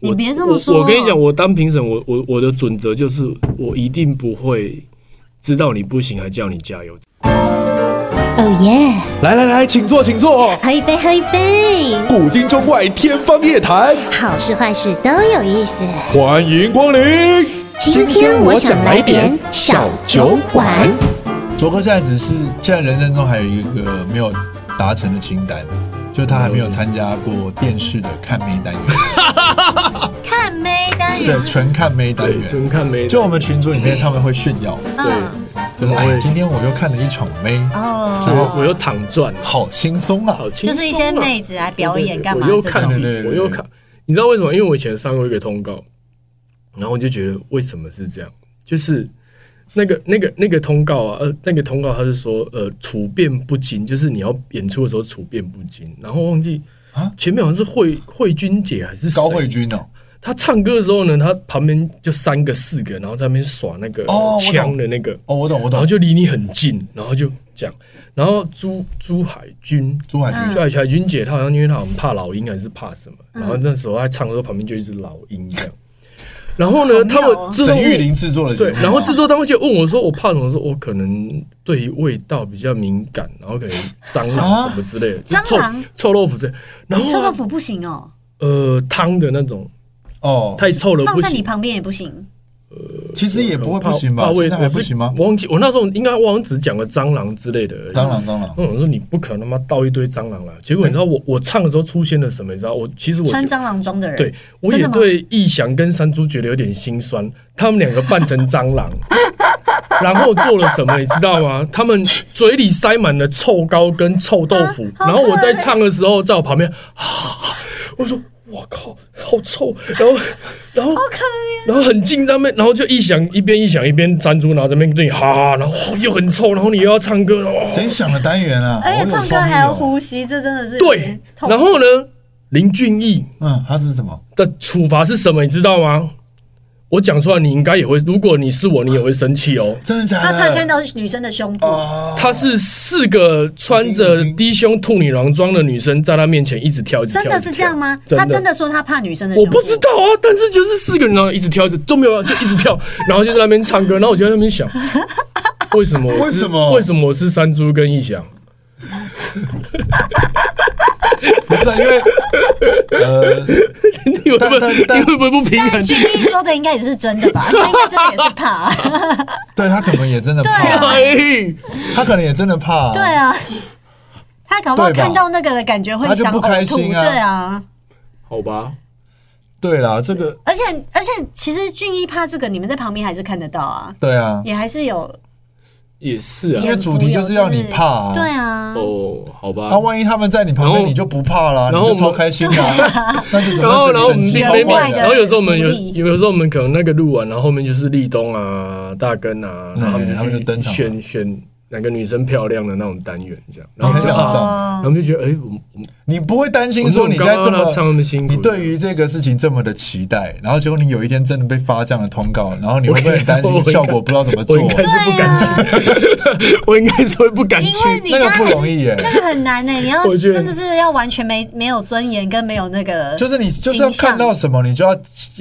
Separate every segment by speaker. Speaker 1: 你
Speaker 2: 我
Speaker 1: 别这么说
Speaker 2: 我。我跟你讲，我当评审，我我我的准则就是，我一定不会知道你不行还叫你加油。
Speaker 1: 哦耶！
Speaker 3: 来来来，请坐，请坐。
Speaker 1: 喝一杯，喝一杯，
Speaker 3: 古今中外，天方夜谭，
Speaker 1: 好事坏事都有意思。
Speaker 3: 欢迎光临。
Speaker 1: 今天我想来点小酒馆。
Speaker 4: 卓哥现在只是现在人生中还有一个没有达成的清单，就他还没有参加过电视的看妹单元，
Speaker 1: 看妹单元
Speaker 4: 对，，纯看妹单
Speaker 2: 对，
Speaker 4: 元。
Speaker 2: 纯看没
Speaker 4: 就我们群组里面他们会炫耀，
Speaker 1: 嗯，
Speaker 2: 对，
Speaker 4: 就是
Speaker 2: 我
Speaker 4: 哎，
Speaker 2: 会
Speaker 4: 今天我又看了一场妹，
Speaker 2: 我我
Speaker 1: 哦，
Speaker 2: 又躺赚，
Speaker 4: 好轻松啊！
Speaker 2: 好轻松
Speaker 1: 就
Speaker 2: 啊
Speaker 1: 是一些妹子来表演干嘛
Speaker 2: 对对
Speaker 1: 这
Speaker 2: 对我
Speaker 1: 种
Speaker 2: 又看，
Speaker 4: 对对对
Speaker 2: 我又看，你知道为什么？因为我以前上过一个通告，然后我就觉得为什么是这样？就是那个那个那个通告啊，呃，那个通告他是说，呃，处变不惊，就是你要演出的时候处变不惊，然后忘记
Speaker 4: 啊
Speaker 2: 前面好像是慧慧君姐还是谁
Speaker 4: 高慧君哦，
Speaker 2: 她唱歌的时候呢，她旁边就三个四个，然后在那边耍那个
Speaker 4: 哦我懂
Speaker 2: 枪的那个，
Speaker 4: 哦，我懂我
Speaker 2: 然
Speaker 4: 懂
Speaker 2: 后，就离你很近，然后就这样，然后朱朱海军。
Speaker 4: 朱海
Speaker 1: 嗯
Speaker 4: 君，
Speaker 2: 就海海军姐，她好像因为她很怕老鹰还是怕什么，然后那时候她唱的时候旁边就一只老鹰这样。然后
Speaker 1: 好
Speaker 2: 呢，
Speaker 1: 妙
Speaker 2: 他
Speaker 1: 哦
Speaker 2: 们制作
Speaker 4: 沈玉玲制作的节
Speaker 2: 对，
Speaker 4: 目
Speaker 2: 然后制作单位就问我说：“我怕什么？”我说：“我可能对于味道比较敏感，然后可能蟑螂
Speaker 4: 啊
Speaker 2: 什么之类的，就
Speaker 1: 蟑
Speaker 2: 臭
Speaker 1: 螂
Speaker 2: 臭豆腐之类。”然
Speaker 1: 臭豆
Speaker 2: 后啊
Speaker 1: 腐不行哦，
Speaker 2: 呃，汤的那种
Speaker 4: 哦，
Speaker 2: 太臭了，
Speaker 1: 放
Speaker 2: 呃不
Speaker 1: 在你
Speaker 2: 行。
Speaker 1: 旁边也不行。
Speaker 4: 其实也哎不会不行吧
Speaker 2: 怕？味
Speaker 4: 现在还不行吗
Speaker 2: 我？是忘记我那时候应该忘了只讲了蟑螂之类的而已。
Speaker 4: 蟑螂蟑螂，
Speaker 2: 嗯，我说你不可能他妈倒一堆蟑螂来。结果你知道我我唱的时候出现了什么？你知道我其实我
Speaker 1: 穿
Speaker 2: 觉
Speaker 1: 蟑螂装的人，
Speaker 2: 对，我
Speaker 1: 真
Speaker 2: 也
Speaker 1: 的吗
Speaker 2: 对逸翔跟山猪觉得有点心酸，他们两个扮成蟑螂， 然后做了什么你知道吗？他们嘴里塞满了臭膏跟臭豆腐，
Speaker 1: 啊好
Speaker 2: 然后我在唱的时候，在我旁边，啊、我说我靠，好臭，然后然后
Speaker 1: 可怜，
Speaker 2: 然后很近他们，然后就一响一边一响一边粘猪，然后这边对你哈哈，然后哦又很臭，然后你又要唱歌，然后哦
Speaker 4: 谁想的单元啊？
Speaker 1: 而且哎
Speaker 4: 好有
Speaker 1: 唱歌
Speaker 4: 创意
Speaker 1: 还要
Speaker 4: 哦，
Speaker 1: 呼吸，这真的是有
Speaker 2: 对
Speaker 1: 点，痛
Speaker 2: 然后呢，林俊逸
Speaker 4: 嗯，他是什么？
Speaker 2: 的处罚是什么，你知道吗？我讲出来，你应该也会。如果你是我，你也会生气哦。
Speaker 4: 真的
Speaker 1: 他
Speaker 4: 假
Speaker 1: 他看
Speaker 4: 的？
Speaker 1: 到女生的胸部，
Speaker 4: 哦
Speaker 2: 她是四个穿着
Speaker 4: 嗯
Speaker 2: 低胸兔女郎装的女生，在她面前一直跳，一直跳，
Speaker 1: 真的是
Speaker 2: 一直
Speaker 1: 这
Speaker 2: 跳
Speaker 1: 样吗？
Speaker 2: 真
Speaker 1: 他
Speaker 2: 的，
Speaker 1: 真的说他怕女生的胸
Speaker 2: 我
Speaker 1: 部，
Speaker 2: 不知道啊，但是就是四个人，然后一直跳，一直都没有，就一 直跳，然后就在那边唱歌，然后我就在那边想，为什么我是？
Speaker 4: 为什么
Speaker 2: 为什么我是山猪跟逸翔？
Speaker 4: 不是啊因为呃，
Speaker 2: 你会不会
Speaker 4: 但但
Speaker 2: 你会不会不平衡？
Speaker 1: 俊逸说的应该也是真的吧？ 他应该真的也是怕。
Speaker 4: 对他可能也真的
Speaker 1: 对啊
Speaker 4: 怕，
Speaker 2: 哎，
Speaker 4: 他可能也真的怕。
Speaker 1: 对，啊，他搞不好
Speaker 4: 哦对吧
Speaker 1: 看到那个的感觉会
Speaker 4: 他就
Speaker 1: 想
Speaker 4: 不开
Speaker 1: 呕吐。
Speaker 4: 心啊
Speaker 1: 对啊，
Speaker 2: 好吧，
Speaker 4: 对啦，这个
Speaker 1: 而且而且，其实俊逸怕这个，你们在旁边还是看得到啊，
Speaker 4: 对啊，
Speaker 1: 也还是有
Speaker 2: 也是啊
Speaker 4: 因，为主题就是要你怕啊
Speaker 1: 对啊，
Speaker 2: 哦，好吧
Speaker 4: 那、，万一他们在你旁
Speaker 2: 然
Speaker 4: 边，
Speaker 2: 后
Speaker 4: 你就不怕啦，
Speaker 2: 然后
Speaker 4: 你就
Speaker 2: 我
Speaker 4: 超
Speaker 2: 们
Speaker 4: 开心啊。那就
Speaker 2: 然后，然后我们
Speaker 4: 整
Speaker 2: 没
Speaker 4: 季超
Speaker 2: 没
Speaker 4: 怪
Speaker 1: 的
Speaker 2: 然后有时候我们有
Speaker 1: 福利
Speaker 2: 有时候我们可能那个录完，然后后面就是立冬啊、大根啊，然后
Speaker 4: 嗯
Speaker 2: 他
Speaker 4: 他
Speaker 2: 们就
Speaker 4: 们就
Speaker 2: 去
Speaker 4: 登场了
Speaker 2: 选选哪个女生漂亮的那种单元这样，然后我
Speaker 4: 你很
Speaker 2: 们就
Speaker 4: 想
Speaker 2: 啊，
Speaker 4: 上，
Speaker 2: 然后我们就觉得哎，我们我们
Speaker 4: 你不会担心
Speaker 2: 我
Speaker 4: 哦说
Speaker 2: 们
Speaker 4: 你现在这
Speaker 2: 刚刚
Speaker 4: 么
Speaker 2: 唱那么辛苦
Speaker 4: 你对于这个事情这么的期待，然后结果你有一天真的被发这样的通告，然后你会不会很担
Speaker 2: 我
Speaker 4: 心
Speaker 2: 应该
Speaker 4: 效果不知道怎么做
Speaker 2: 我？应该是不敢去， 我应该是会不敢
Speaker 1: 啊因为
Speaker 2: 去。
Speaker 1: 你
Speaker 4: 那
Speaker 1: 刚
Speaker 4: 个
Speaker 1: 刚
Speaker 4: 不
Speaker 1: 还
Speaker 4: 容
Speaker 1: 是
Speaker 4: 易耶、
Speaker 1: 那个很难呢、你要
Speaker 2: 我觉得
Speaker 1: 真的是要完全没没有尊严跟没有那个，
Speaker 4: 就是你就是要看到。什么，你就要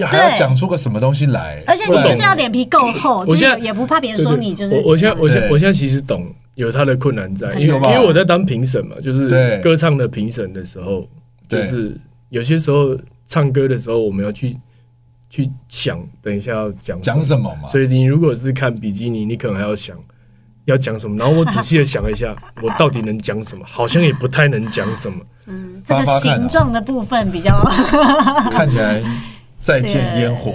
Speaker 4: 还
Speaker 1: 对
Speaker 4: 要讲出个什么东西来，
Speaker 1: 而且
Speaker 4: 不
Speaker 1: 你
Speaker 4: 然
Speaker 1: 就是要脸皮够厚，
Speaker 2: 我
Speaker 1: 就是
Speaker 2: 现在
Speaker 1: 也不怕别人说你就是
Speaker 2: 我我现在我现在
Speaker 4: 对
Speaker 2: 我现在其实懂有他的困难在，因为
Speaker 4: 有吧
Speaker 2: 因为我在当评审嘛，就是
Speaker 4: 对
Speaker 2: 歌唱的评审的时候，就
Speaker 4: 对
Speaker 2: 是有些时候唱歌的时候，我们要去去想等一下要讲
Speaker 4: 讲什么啊嘛。
Speaker 2: 所以你如果是看比基尼，你可能还要想要讲什么。然后我仔细的想了一 下，我到底能讲什么？好像也不太能讲什 么。
Speaker 1: 嗯这个
Speaker 4: 发发看啊
Speaker 1: 形状的部分比较。
Speaker 4: 看起来再见烟火，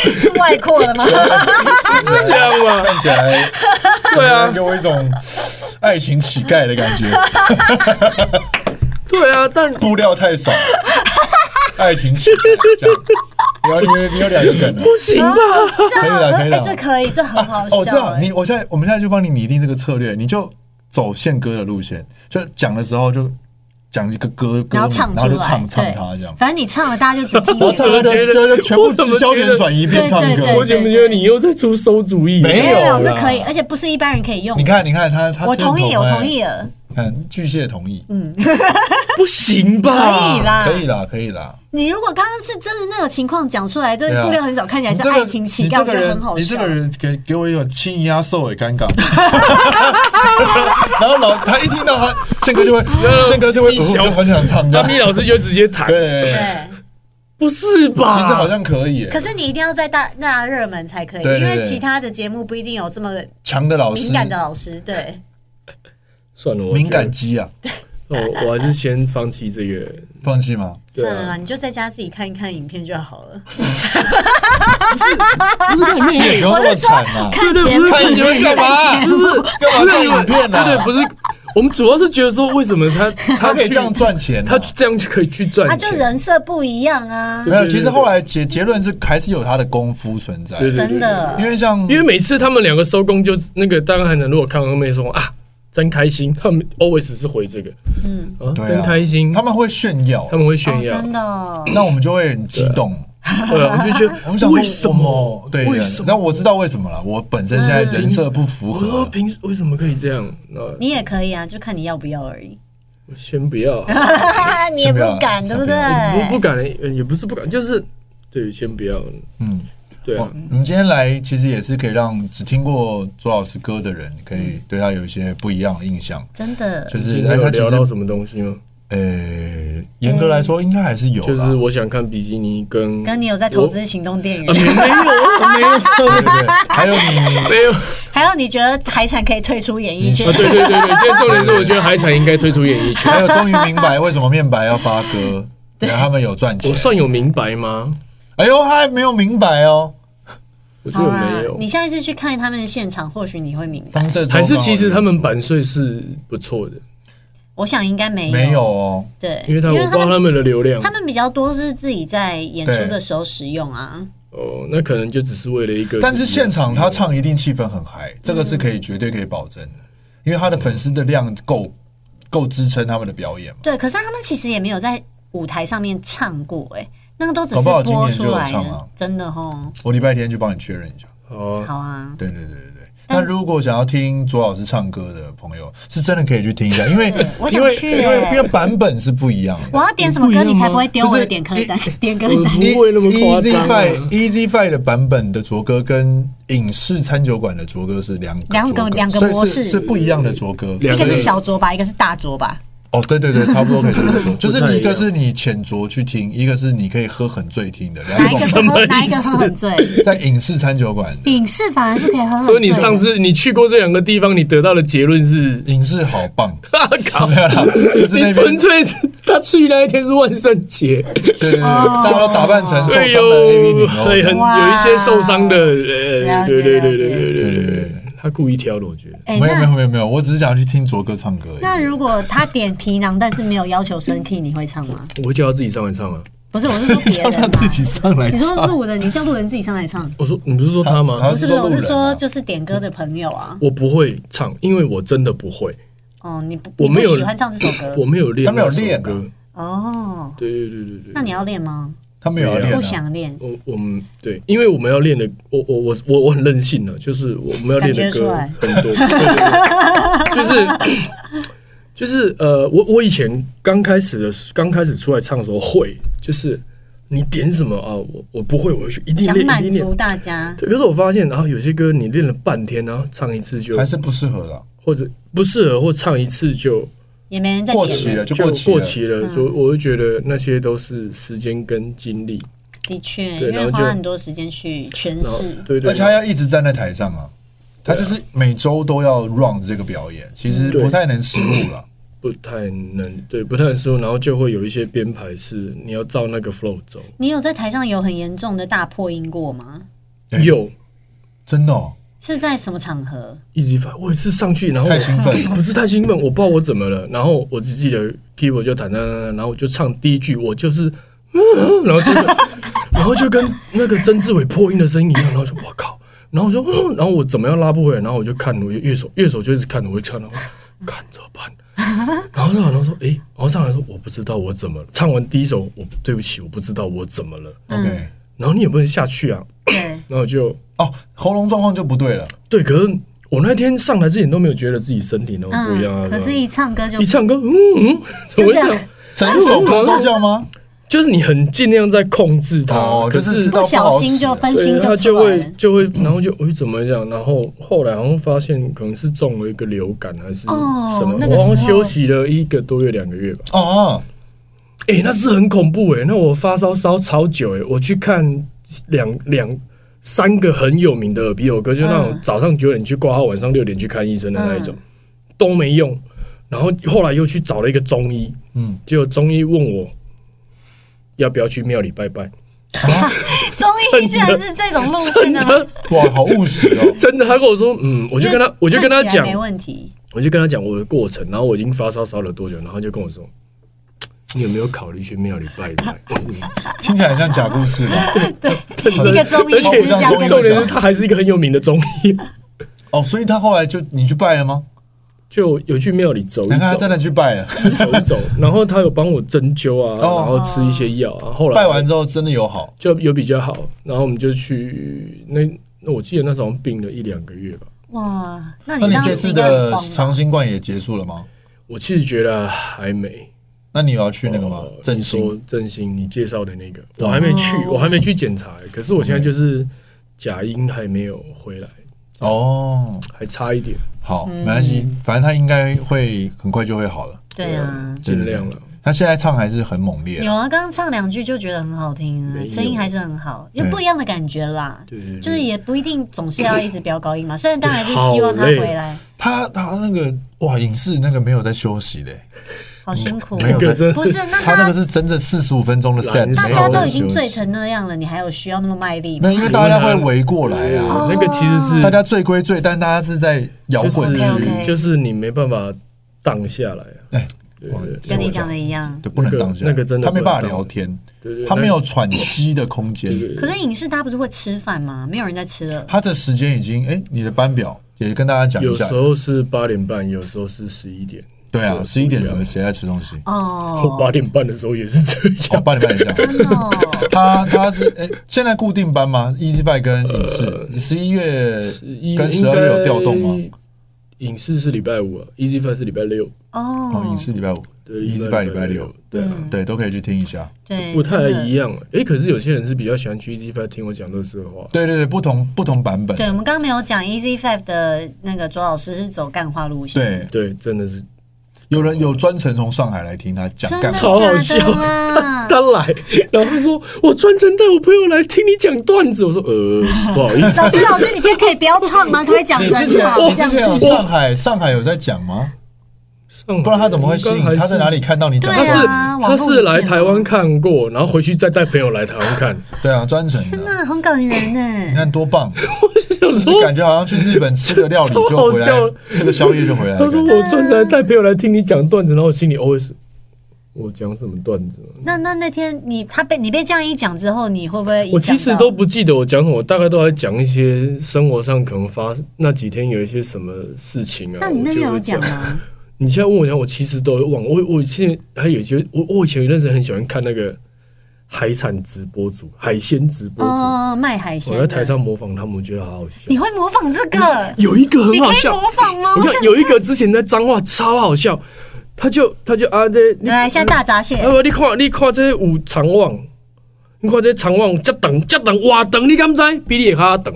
Speaker 1: 是外扩的吗？
Speaker 2: 这样吗？
Speaker 4: 看起来对啊，给我一种爱情乞丐的感觉，
Speaker 2: 对啊，但
Speaker 4: 布料太少，爱情乞丐这样。你要你有你有两个梗了，
Speaker 2: 不行吧？
Speaker 4: 可以了可以
Speaker 1: 哎
Speaker 4: 了
Speaker 1: 这。可以，这很好笑。
Speaker 4: 哦，我知道
Speaker 1: 哎
Speaker 4: 你，我现在我们现在就帮你拟定这个策略，你就走宪歌的路线，就讲的时候就讲一个歌歌
Speaker 1: 然后
Speaker 4: 名，
Speaker 1: 唱
Speaker 4: 然
Speaker 1: 出
Speaker 4: 后就
Speaker 1: 来，
Speaker 4: 唱唱
Speaker 1: 对
Speaker 4: 它这样。
Speaker 1: 反正你唱了，大家就只 听
Speaker 4: 然后
Speaker 1: 你
Speaker 4: 唱
Speaker 1: 唱。
Speaker 4: 歌
Speaker 2: 我怎
Speaker 4: 就
Speaker 2: 么觉得
Speaker 4: 就就全部
Speaker 2: 我怎么
Speaker 4: 只焦
Speaker 2: 觉得
Speaker 4: 点转移变唱
Speaker 1: 对对
Speaker 4: 歌
Speaker 1: 对
Speaker 2: 我。怎么觉得你又在出馊主意？
Speaker 4: 没有
Speaker 1: 没有，这
Speaker 4: 啦
Speaker 1: 可以，而且不是一般人可以用
Speaker 4: 你。看，你看他，他
Speaker 1: 我同意，
Speaker 4: 镜头
Speaker 1: 我
Speaker 4: 拍
Speaker 1: 同意了。
Speaker 4: 看巨蟹同意，
Speaker 2: 不行吧？
Speaker 1: 可以啦
Speaker 4: 可以啦，可以啦。
Speaker 1: 你如果刚刚是真的那种情况讲出来，这
Speaker 4: 对啊
Speaker 1: 布料很少，看起来
Speaker 4: 你
Speaker 1: 是
Speaker 4: 这个
Speaker 1: 爱情乞丐，
Speaker 4: 你
Speaker 1: 我觉
Speaker 4: 这个
Speaker 1: 得
Speaker 4: 人
Speaker 1: 很好
Speaker 4: 你
Speaker 1: 笑
Speaker 4: 这。个人给给我一种轻压瘦尾 尴尬。然后老他一听到他宪哥就会，宪哥就会
Speaker 2: 一
Speaker 4: 我
Speaker 2: 小
Speaker 4: 就很想唱
Speaker 2: 那
Speaker 4: 这样。
Speaker 2: 米老师就直接弹，
Speaker 4: 对，
Speaker 1: 对，
Speaker 2: 不是吧？
Speaker 1: 啊
Speaker 4: 其实好像可以耶。
Speaker 1: 可是你一定要在大大热门才可以，
Speaker 4: 对对
Speaker 1: 因
Speaker 4: 对
Speaker 1: 为其他的节目不一定有这么
Speaker 4: 强的老师
Speaker 1: 敏，感的老师。对，
Speaker 2: 算了，我觉得
Speaker 4: 敏感，肌啊，
Speaker 2: 我我还是先放弃这个。
Speaker 4: 放 弃吗？
Speaker 2: 对
Speaker 1: 算了
Speaker 2: 啊，
Speaker 1: 啦，你就在家自己看一看影片就好了。
Speaker 4: 也不用那么惨 啊。
Speaker 2: 对对，不是
Speaker 4: 看影
Speaker 2: 你们
Speaker 4: 片干嘛？
Speaker 2: 不是
Speaker 4: 干嘛看影片
Speaker 2: 对
Speaker 4: 啊
Speaker 2: 对，
Speaker 4: 呢？
Speaker 2: 不是，我们主要是觉得说，为什么他
Speaker 4: 他
Speaker 2: 他
Speaker 4: 可以
Speaker 2: 去
Speaker 4: 这样，赚钱啊，
Speaker 2: 他这样就可以去赚
Speaker 1: 啊，
Speaker 2: 钱？
Speaker 1: 就人设不一样啊，
Speaker 2: 对
Speaker 4: 没有。其实后来结结论是还是有他的功夫存在，
Speaker 2: 对对对
Speaker 1: 真的
Speaker 4: 因。为像
Speaker 2: 因为每次他们两个收工就那个当然很如果看到妹说啊，真开心，他们 always 是回这个，嗯啊，
Speaker 4: 对啊
Speaker 2: 真开心，
Speaker 4: 他们会炫耀
Speaker 2: 他，们会炫
Speaker 1: 哦，
Speaker 2: 耀，
Speaker 1: 真的哦，
Speaker 4: 那我们就会很激动。
Speaker 2: 对啊，我就觉
Speaker 4: 我
Speaker 2: 得
Speaker 4: 们想说
Speaker 2: 为什么？
Speaker 4: 对，
Speaker 2: 为什么？哎
Speaker 4: 那我知道为什么了。我本身现在人设不符
Speaker 2: 我说
Speaker 4: 合，
Speaker 2: 凭为什么可以这样？那
Speaker 1: 你也可以啊，就看你要不要而已。
Speaker 2: 先不要，
Speaker 1: 你也不
Speaker 4: 先不要
Speaker 1: 敢，对
Speaker 4: 先
Speaker 1: 不
Speaker 4: 不
Speaker 1: 对
Speaker 4: 要？
Speaker 2: 啊不不敢，呃也不是不敢，就是对，先不要，
Speaker 4: 嗯。
Speaker 2: 对啊
Speaker 4: 哦，我们今天来其实也是可以让只听过左老师歌的人，可
Speaker 2: 嗯
Speaker 4: 以对他有一些不一样的印象。
Speaker 1: 真的
Speaker 4: 就，
Speaker 2: 今
Speaker 4: 是哎，
Speaker 2: 天有
Speaker 4: 他其
Speaker 2: 聊到
Speaker 4: 实
Speaker 2: 什么东西吗？
Speaker 4: 呃，严格来说应该还是有啦，
Speaker 2: 就是我想看比基尼跟
Speaker 1: 跟你有在投资行动电
Speaker 2: 我啊，没
Speaker 1: 源，
Speaker 2: 有没有
Speaker 4: 对 对对，还有你
Speaker 2: 没有。
Speaker 1: 还有你觉得海产可以退出演艺圈
Speaker 2: 啊，？对对对对，现在重点是我觉得海产应该退出演艺圈。
Speaker 4: 还有终于明白为什么面白要发歌， 对，他们有赚钱
Speaker 2: 我。算有明白吗？
Speaker 4: 哎呦，他还没有明白哦。
Speaker 2: 我觉
Speaker 1: 好
Speaker 2: 得我
Speaker 1: 啦
Speaker 2: 没，有
Speaker 1: 你。下一次去看他们的现场，或许你会明
Speaker 4: 他
Speaker 1: 白
Speaker 4: 们。这周
Speaker 2: 还是其实他们
Speaker 4: 刚好
Speaker 2: 版税是不错的，
Speaker 1: 我想应该没有，
Speaker 4: 没有哦，
Speaker 1: 对，
Speaker 2: 因为他我不知道他们的流量
Speaker 1: 他们比较多是自己在演出的时候使用啊，
Speaker 2: 哦，那可能就只是为了一个。
Speaker 4: 但是现场他，唱一定气氛很嗨，这个是可以绝对可以保证的，因为他的粉丝的量够够支撑他们的表演嘛。
Speaker 1: 对。可是他们其实也没有在舞台上面唱过、哎，那个都只
Speaker 4: 搞
Speaker 1: 是
Speaker 4: 不好今
Speaker 1: 播
Speaker 4: 年就
Speaker 1: 出
Speaker 4: 有
Speaker 1: 来的，
Speaker 4: 唱啊
Speaker 1: 真的吼。
Speaker 4: 我礼拜天去帮你确认一下。
Speaker 2: 哦，
Speaker 1: 好啊，
Speaker 4: 对对对对对。那如果想要听左老师唱歌的朋友，是真的可以去听一下，因为
Speaker 1: 我想
Speaker 4: 因为
Speaker 1: 去
Speaker 4: 因为
Speaker 1: 耶
Speaker 4: 因为版本是不一样的
Speaker 1: 我。要点什么歌，
Speaker 2: 不一样吗
Speaker 1: 你才不会丢我的点歌单？点歌单，
Speaker 2: 不会那么夸
Speaker 4: Easy
Speaker 2: 张啊
Speaker 4: E- Five Easy Five 的版本的卓歌跟影视餐酒馆的卓歌是两个
Speaker 1: 两个
Speaker 4: 卓歌
Speaker 1: 两个
Speaker 4: 所以
Speaker 1: 模
Speaker 4: 是
Speaker 1: 式
Speaker 4: 是不一样的卓歌。
Speaker 2: 两
Speaker 1: 一
Speaker 2: 个
Speaker 1: 个是小桌吧，一个是大桌吧。
Speaker 4: 哦，对对对，差不多可以这么说，就
Speaker 2: 不太一
Speaker 4: 是
Speaker 2: 样
Speaker 4: 一个是你浅酌去听，一个是你可以喝很醉听的，两
Speaker 2: 哎
Speaker 1: 哪一个
Speaker 4: 种
Speaker 1: 是喝？哪一个喝很 醉？
Speaker 4: 在影视餐酒馆的
Speaker 1: 影视反而是可以喝很醉的。
Speaker 2: 所以你上次你去过这两个地方，你得到的结论是，
Speaker 4: 影视好棒，
Speaker 2: 啊靠，
Speaker 4: 对啦就是
Speaker 2: 你
Speaker 4: 那边
Speaker 2: 纯粹是 他去那一天是万圣节，
Speaker 4: 对对对，大家都打扮成受伤
Speaker 2: 哎
Speaker 4: 的
Speaker 2: 呦，
Speaker 4: AV 女哦
Speaker 2: 对，很
Speaker 4: 优，
Speaker 1: 哦哇
Speaker 2: 有一些受伤的，呃，
Speaker 1: 了解
Speaker 2: 对对对对
Speaker 1: 了解
Speaker 2: 对对对
Speaker 4: 对对
Speaker 2: 对
Speaker 4: 对，
Speaker 2: 他故意挑的，我觉得。
Speaker 1: 哎，
Speaker 4: 没有没有
Speaker 1: 那
Speaker 4: 没有没有，我只是想去听卓哥唱歌而已。
Speaker 1: 那如果他点皮囊，但是没有要求升 key，你会唱吗？
Speaker 2: 我会叫他自己上来唱啊！
Speaker 1: 不是，我是说别
Speaker 4: 让
Speaker 1: 人
Speaker 4: 他
Speaker 1: 嘛。
Speaker 4: 自己上来
Speaker 1: 你说
Speaker 4: 唱，
Speaker 1: 路人，你叫路人自己上来唱，
Speaker 2: 我说你不是说他
Speaker 4: 他
Speaker 2: 吗？
Speaker 1: 不是不是，
Speaker 4: 说路
Speaker 1: 我
Speaker 4: 人啊
Speaker 1: 是说就是点歌的朋友啊。
Speaker 2: 我不会唱，因为我真的不会，
Speaker 1: 哦，你不
Speaker 2: 我
Speaker 1: 你不
Speaker 2: 没有
Speaker 1: 喜欢唱这首歌
Speaker 2: 我没有练，
Speaker 4: 他没有练啊
Speaker 2: 歌。
Speaker 1: 哦，
Speaker 2: 对对对对对。
Speaker 1: 那你要练吗？
Speaker 4: 他们有要练啊
Speaker 1: 不想练，
Speaker 2: 我我们对，因为我们要练的，我我我我我很任性的、就是我们要练的
Speaker 1: 感觉出
Speaker 2: 歌
Speaker 1: 来
Speaker 2: 很多，对对对就是就是呃，我我以前刚开始的时刚开始出来唱的时候会，就是你点什么啊，我我不会，我会去一定
Speaker 1: 想
Speaker 2: 练
Speaker 1: 满
Speaker 2: 一定
Speaker 1: 足
Speaker 2: 练。
Speaker 1: 大家。
Speaker 2: 对，比如说我发现，然后有些歌你练了半天，然后唱一次就
Speaker 4: 还是不适合了，
Speaker 2: 或者不适合，或唱一次就
Speaker 1: 也没人在
Speaker 4: 过期
Speaker 1: 点
Speaker 4: 了
Speaker 1: 了，
Speaker 4: 啊就
Speaker 2: 就
Speaker 4: 过期了。
Speaker 1: 嗯
Speaker 2: 了，所以我就觉得那些都是时间跟精力，
Speaker 1: 的确，
Speaker 2: 对
Speaker 1: 因
Speaker 2: 然
Speaker 1: 为
Speaker 2: 后就
Speaker 1: 花很多时间去诠
Speaker 2: 然后
Speaker 1: 释。
Speaker 2: 对对
Speaker 4: 而且他要一直站在台上啊，他就是每周都要 run 这个表演，其实不太能失误了。
Speaker 2: 不太能对，不太能输，然后就会有一些编排是你要照那个 flow 走。
Speaker 1: 你有在台上有很严重的大破音过吗？
Speaker 4: 对
Speaker 2: 有
Speaker 4: 真的哦，
Speaker 1: 是在什么场 合？
Speaker 2: easy five，我也是上去，然后我
Speaker 4: 太兴奋了
Speaker 2: 不是太兴奋，我不知道我怎么了，然后我只记得 keyboard 就弹弹弹弹，然后我就唱第一句，我就是， 嗯然后就 跟然后就跟那个曾志伟破音的声音一样，然后就我靠，然后我就，嗯 然后我怎么样拉不回来，然后我就看我乐手乐手就一直看着我，一直看着我看怎么办？ 然后上来然后说，诶，然后上来说我不知道我怎么了，唱完第一首我对不起我不知道我怎么了，
Speaker 4: ，OK，
Speaker 2: 然后你也不能下去啊，
Speaker 1: 对，
Speaker 2: 然后我就
Speaker 4: 哦，喉咙状况就不对了，
Speaker 2: 对，可是我那天上台之前都没有觉得自己身体那么不一样啊。
Speaker 1: 嗯可是，一唱歌就
Speaker 2: 一唱歌，嗯嗯，怎么
Speaker 1: 就这
Speaker 2: 样
Speaker 1: 样？
Speaker 4: 整首歌都这样吗？
Speaker 2: 就是你很尽量在控制它，
Speaker 4: 哦
Speaker 2: 可
Speaker 4: 就是
Speaker 2: 是
Speaker 4: 知道
Speaker 1: 不小心就分心
Speaker 2: 对，他
Speaker 1: 就
Speaker 2: 就
Speaker 1: 出来了
Speaker 2: 会。就会，然后就哎怎么讲？然后后来好像发现可能是中了一个流感还是什
Speaker 1: 哦
Speaker 2: 么，
Speaker 1: 那个
Speaker 2: 我好像
Speaker 1: 时候
Speaker 2: 休息了一个多月两个月吧。
Speaker 4: 哦，
Speaker 2: 哎、那是很恐怖哎、那我发烧烧超久哎、我去看两两三个很有名的耳鼻喉科，就那种
Speaker 1: 嗯
Speaker 2: 早上九点去挂号，晚上六点去看医生的那一种，都没用。然后后来又去找了一个中医，
Speaker 4: 嗯，
Speaker 2: 结果中医问我要不要去庙里拜拜，。
Speaker 1: 综艺居然是这种路线的吗？
Speaker 4: 哇，好务实哦
Speaker 2: 真的，他跟我说，嗯，我就跟他，我就跟他
Speaker 1: 看起来
Speaker 2: 讲
Speaker 1: 没，问题。
Speaker 2: 我就跟他讲我的过程，然后我已经发烧烧了多久，然后他就跟我说，你有没有考虑去庙里拜一 拜？
Speaker 4: 听起来很像假故事吧？
Speaker 1: 一个中医
Speaker 2: 而且
Speaker 1: 师这样跟你
Speaker 2: 重点是
Speaker 1: 说，
Speaker 2: 他还是一个很有名的中医，
Speaker 4: 哦，所以他后来就你去拜了吗？
Speaker 2: 就有去庙里走一
Speaker 4: 难看他真
Speaker 2: 走，
Speaker 4: 的去拜了，
Speaker 2: 走一 走，然后他有帮我针灸啊，
Speaker 4: 哦
Speaker 2: 然后吃一些药啊，后来
Speaker 4: 拜完之后真的有好。
Speaker 2: 就有比较好，然后我们就去那那我记得那时候好像病了一两个月吧，
Speaker 1: 哇，那你
Speaker 4: 那你
Speaker 1: 当
Speaker 4: 这
Speaker 1: 时
Speaker 4: 次
Speaker 1: 应该很啊
Speaker 4: 的
Speaker 1: 慌吧
Speaker 4: 长新冠也结束了吗？
Speaker 2: 我其实觉得还没。
Speaker 4: 那你有要去那个吗
Speaker 2: 哦？
Speaker 4: 振
Speaker 2: 你
Speaker 4: 兴啊
Speaker 2: 说振兴，你介绍的那个，我还没去，
Speaker 1: 哦
Speaker 2: 我还没去检查。可是我现在就是假音还没有回来，
Speaker 4: 哦，
Speaker 2: 还差一点，
Speaker 4: 好，没关系，反正他应该会很快就会好了。
Speaker 1: 对啊，
Speaker 2: 尽量了。
Speaker 4: 他现在唱还是很猛烈
Speaker 1: 有，啊，刚刚唱两句就觉得很好听
Speaker 2: 没
Speaker 1: 啊，
Speaker 2: 有
Speaker 1: 声音还是很好，有
Speaker 4: 对
Speaker 1: 不一样的感觉啦。
Speaker 2: 对对对
Speaker 1: 就是也不一定总是要一直飙高音嘛，虽然当然是希望他
Speaker 2: 好累
Speaker 1: 回来，
Speaker 4: 他他那个哇，影视那个没有在休息的，
Speaker 1: 好辛苦。
Speaker 4: 没有
Speaker 2: 这个真
Speaker 1: 不
Speaker 2: 是
Speaker 1: 是，那
Speaker 4: 他那
Speaker 1: 大
Speaker 4: 个
Speaker 1: 家
Speaker 4: 是真正四十五分钟的 set，
Speaker 2: 燃烧
Speaker 1: 大
Speaker 4: 没
Speaker 1: 家
Speaker 4: 有
Speaker 1: 都
Speaker 4: 在
Speaker 1: 已经
Speaker 4: 休
Speaker 1: 醉
Speaker 4: 息。
Speaker 1: 成那样了，你还有需要那么卖力
Speaker 4: 没
Speaker 1: 吗？
Speaker 4: 有，因为大家会围过来啊，
Speaker 2: 哎
Speaker 1: 哦
Speaker 2: 那个其实是
Speaker 4: 大家醉归醉，但大家是在摇滚
Speaker 2: 就
Speaker 4: 区，
Speaker 2: 是
Speaker 1: OK，OK
Speaker 2: 就是你没办法荡下来啊。
Speaker 4: 哎，
Speaker 2: 对
Speaker 4: 哇
Speaker 2: 对
Speaker 1: 跟你讲的一样。
Speaker 4: 对，不能当下，
Speaker 2: 那个真的
Speaker 4: 他没办法
Speaker 2: 不能当
Speaker 4: 聊天，
Speaker 2: 对对，
Speaker 4: 他
Speaker 2: 那
Speaker 4: 没有喘息的空间，
Speaker 2: 对对
Speaker 1: 可是影视大家不是会吃饭吗？没有人在吃了。
Speaker 4: 他的时间已经，哎，你的班表也跟大家讲
Speaker 2: 有
Speaker 4: 一下
Speaker 2: 时，候是八点半，有时候是十一点。
Speaker 4: 对啊，十一点什
Speaker 2: 不一
Speaker 4: 么
Speaker 2: 样
Speaker 4: 谁在吃东西？
Speaker 2: 我
Speaker 1: 哦，
Speaker 2: 八点半的时候也是这
Speaker 4: 哦，
Speaker 2: 样，
Speaker 4: 八点半也这样。
Speaker 1: 真的哦，
Speaker 4: 他他是哎，现在固定班吗？Easy Buy 跟影
Speaker 2: 呃
Speaker 4: 视，十一月
Speaker 2: 11
Speaker 4: 跟十二月有调动吗？？
Speaker 2: 影视是礼拜五啊，Easy Five 是礼拜六，
Speaker 4: 哦，
Speaker 1: 哦
Speaker 4: 影，视礼拜五
Speaker 2: 对
Speaker 4: ，Easy Buy 礼拜六，，
Speaker 2: 对啊。
Speaker 4: 对，都可以去听一下。
Speaker 1: 对，
Speaker 2: 不太
Speaker 1: 真的
Speaker 2: 一。样。哎、可是有些人是比较喜欢去 E D Five 听我讲乐色话。
Speaker 4: 对对对，不同不同版本，
Speaker 1: 对，我们刚刚没有讲 Easy Five 的那个卓老师是走干话路线，
Speaker 4: 对，
Speaker 2: 对，真的是
Speaker 1: 哦
Speaker 4: 有人有专程从上海来听他讲
Speaker 1: 真
Speaker 4: 干
Speaker 1: 的
Speaker 4: 话，
Speaker 2: 超好
Speaker 1: 假的
Speaker 2: 笑
Speaker 1: 啦？
Speaker 2: 他来，然后他说我专程带我朋友来听你讲段子。我说 呃，不好意思，
Speaker 1: 小新老师，你今天可以不要唱 吗？可不可以讲真话，
Speaker 4: 你
Speaker 1: 这
Speaker 4: 之
Speaker 1: 样
Speaker 4: 前有
Speaker 1: 子。
Speaker 4: 上海上海有在讲吗？
Speaker 2: 上海
Speaker 4: 不然他怎么会吸
Speaker 2: 应该还
Speaker 4: 引？
Speaker 2: 是
Speaker 4: 他在哪里？看到你讲
Speaker 2: 他
Speaker 4: 话？
Speaker 1: 对啊
Speaker 2: 是他
Speaker 1: 网络影
Speaker 2: 是
Speaker 1: 片
Speaker 2: 来台湾
Speaker 1: 吗
Speaker 2: 看过，然后回去再带朋友来台湾看。
Speaker 4: 对啊，专程的。
Speaker 1: 那很感人
Speaker 4: 你
Speaker 1: 呢。
Speaker 4: 看多棒！
Speaker 2: 想
Speaker 4: 就是
Speaker 2: 说
Speaker 4: 感觉好像去日本吃个料理
Speaker 2: 超好
Speaker 4: 就回来
Speaker 2: 笑，
Speaker 4: 吃个宵夜就回来
Speaker 2: 他
Speaker 4: 了。
Speaker 2: 说我专程来带朋友来听你讲段子，然后我心里 always 我讲什么段子？
Speaker 1: 那那那天你他被你被这样一讲之后，你会不会影
Speaker 2: 我
Speaker 1: 响
Speaker 2: 其
Speaker 1: 到
Speaker 2: 实都不记得我讲什么，我大概都在讲一些生活上可能发那几天有一些什么事情啊。
Speaker 1: 那你那
Speaker 2: 我就
Speaker 1: 天
Speaker 2: 会
Speaker 1: 有讲吗？
Speaker 2: 你现在问我讲，我其实都会忘。我我现在还有些，我我以前有一段时间很喜欢看那个海产直播组、海鲜直播组，
Speaker 1: 哦，卖海鲜
Speaker 2: 我
Speaker 1: 的。
Speaker 2: 在台上模仿他们，我觉得好好笑
Speaker 1: 你。会模仿这个？
Speaker 2: 有一个很
Speaker 1: 你
Speaker 2: 好
Speaker 1: 可以
Speaker 2: 笑，
Speaker 1: 模仿哦吗？
Speaker 2: 我
Speaker 1: 我想
Speaker 2: 看有一个之前在彰化超好笑，他就他就啊这你
Speaker 1: 来，现在大闸蟹
Speaker 2: 啊，你看你看这有长网，你看这长网这长这长哇长，你敢知？比你还长。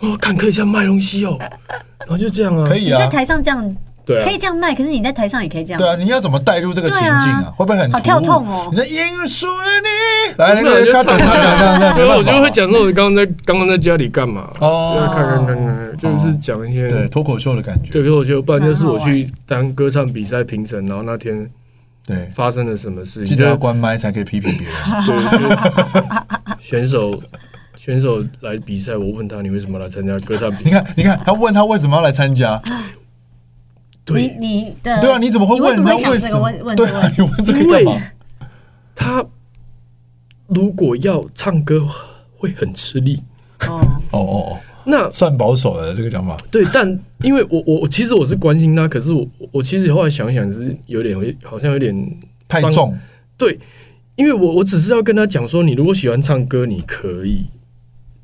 Speaker 2: 哦，看可以这样卖东西哦，然后就这样啊，
Speaker 4: 可
Speaker 2: 以
Speaker 4: 以
Speaker 1: 你在
Speaker 4: 啊，
Speaker 1: 台上这样
Speaker 2: 对啊
Speaker 1: 可以，这样卖，可是你在台上也可以这样
Speaker 4: 对。啊，你要怎么带入这个情境
Speaker 1: 对
Speaker 4: 啊
Speaker 1: 啊？
Speaker 4: 会不会很
Speaker 1: 好
Speaker 4: 突兀
Speaker 1: 跳痛哦
Speaker 4: 你的音输了你，来那
Speaker 2: 不然我
Speaker 4: 个
Speaker 2: 就
Speaker 4: 咔
Speaker 2: 唱
Speaker 4: 噔咔噔咔噔，
Speaker 2: 然后我
Speaker 4: 没办法
Speaker 2: 就会讲说，我刚刚在刚刚在家里干嘛？就是
Speaker 4: 哦，
Speaker 2: 看看看看，就是讲一些
Speaker 4: 对，脱口秀的感觉
Speaker 2: 对，，可是我觉得不然就是我
Speaker 1: 蛮好玩
Speaker 2: 去当歌唱比赛评审，然后那天
Speaker 4: 对，
Speaker 2: 发生了什么事
Speaker 4: 记
Speaker 2: 情，
Speaker 4: 得要
Speaker 2: 对，
Speaker 4: 关麦才可以批评别人。
Speaker 2: 就是选手选手来比赛，我问他你为什么来参加歌唱比
Speaker 4: 你
Speaker 2: 赛？
Speaker 4: 看，你看，他问他为什么要来参 加？
Speaker 1: 你
Speaker 2: 对，
Speaker 1: 你的
Speaker 4: 对啊，你怎么
Speaker 1: 嗯
Speaker 4: 会
Speaker 1: 你为
Speaker 4: 问
Speaker 1: 什
Speaker 4: 他
Speaker 1: 么会想
Speaker 4: 为
Speaker 1: 这
Speaker 4: 什
Speaker 1: 个
Speaker 4: 么
Speaker 1: 问？问这
Speaker 4: 对
Speaker 1: 个
Speaker 4: 啊
Speaker 1: 问，题？
Speaker 4: 你问这个干嘛
Speaker 2: 因？为他如果要唱歌会很吃力，
Speaker 1: 哦，
Speaker 4: 哦哦
Speaker 2: 那
Speaker 4: 哦，算保守了这个讲法。
Speaker 2: 对，但因为我我我其实我是关心他，可是我我我其实后来想一想是有点好像有点
Speaker 4: 太
Speaker 2: 伤
Speaker 4: 重，
Speaker 2: 对，因为我我只是要跟他讲说，你如果喜欢唱歌，你可以。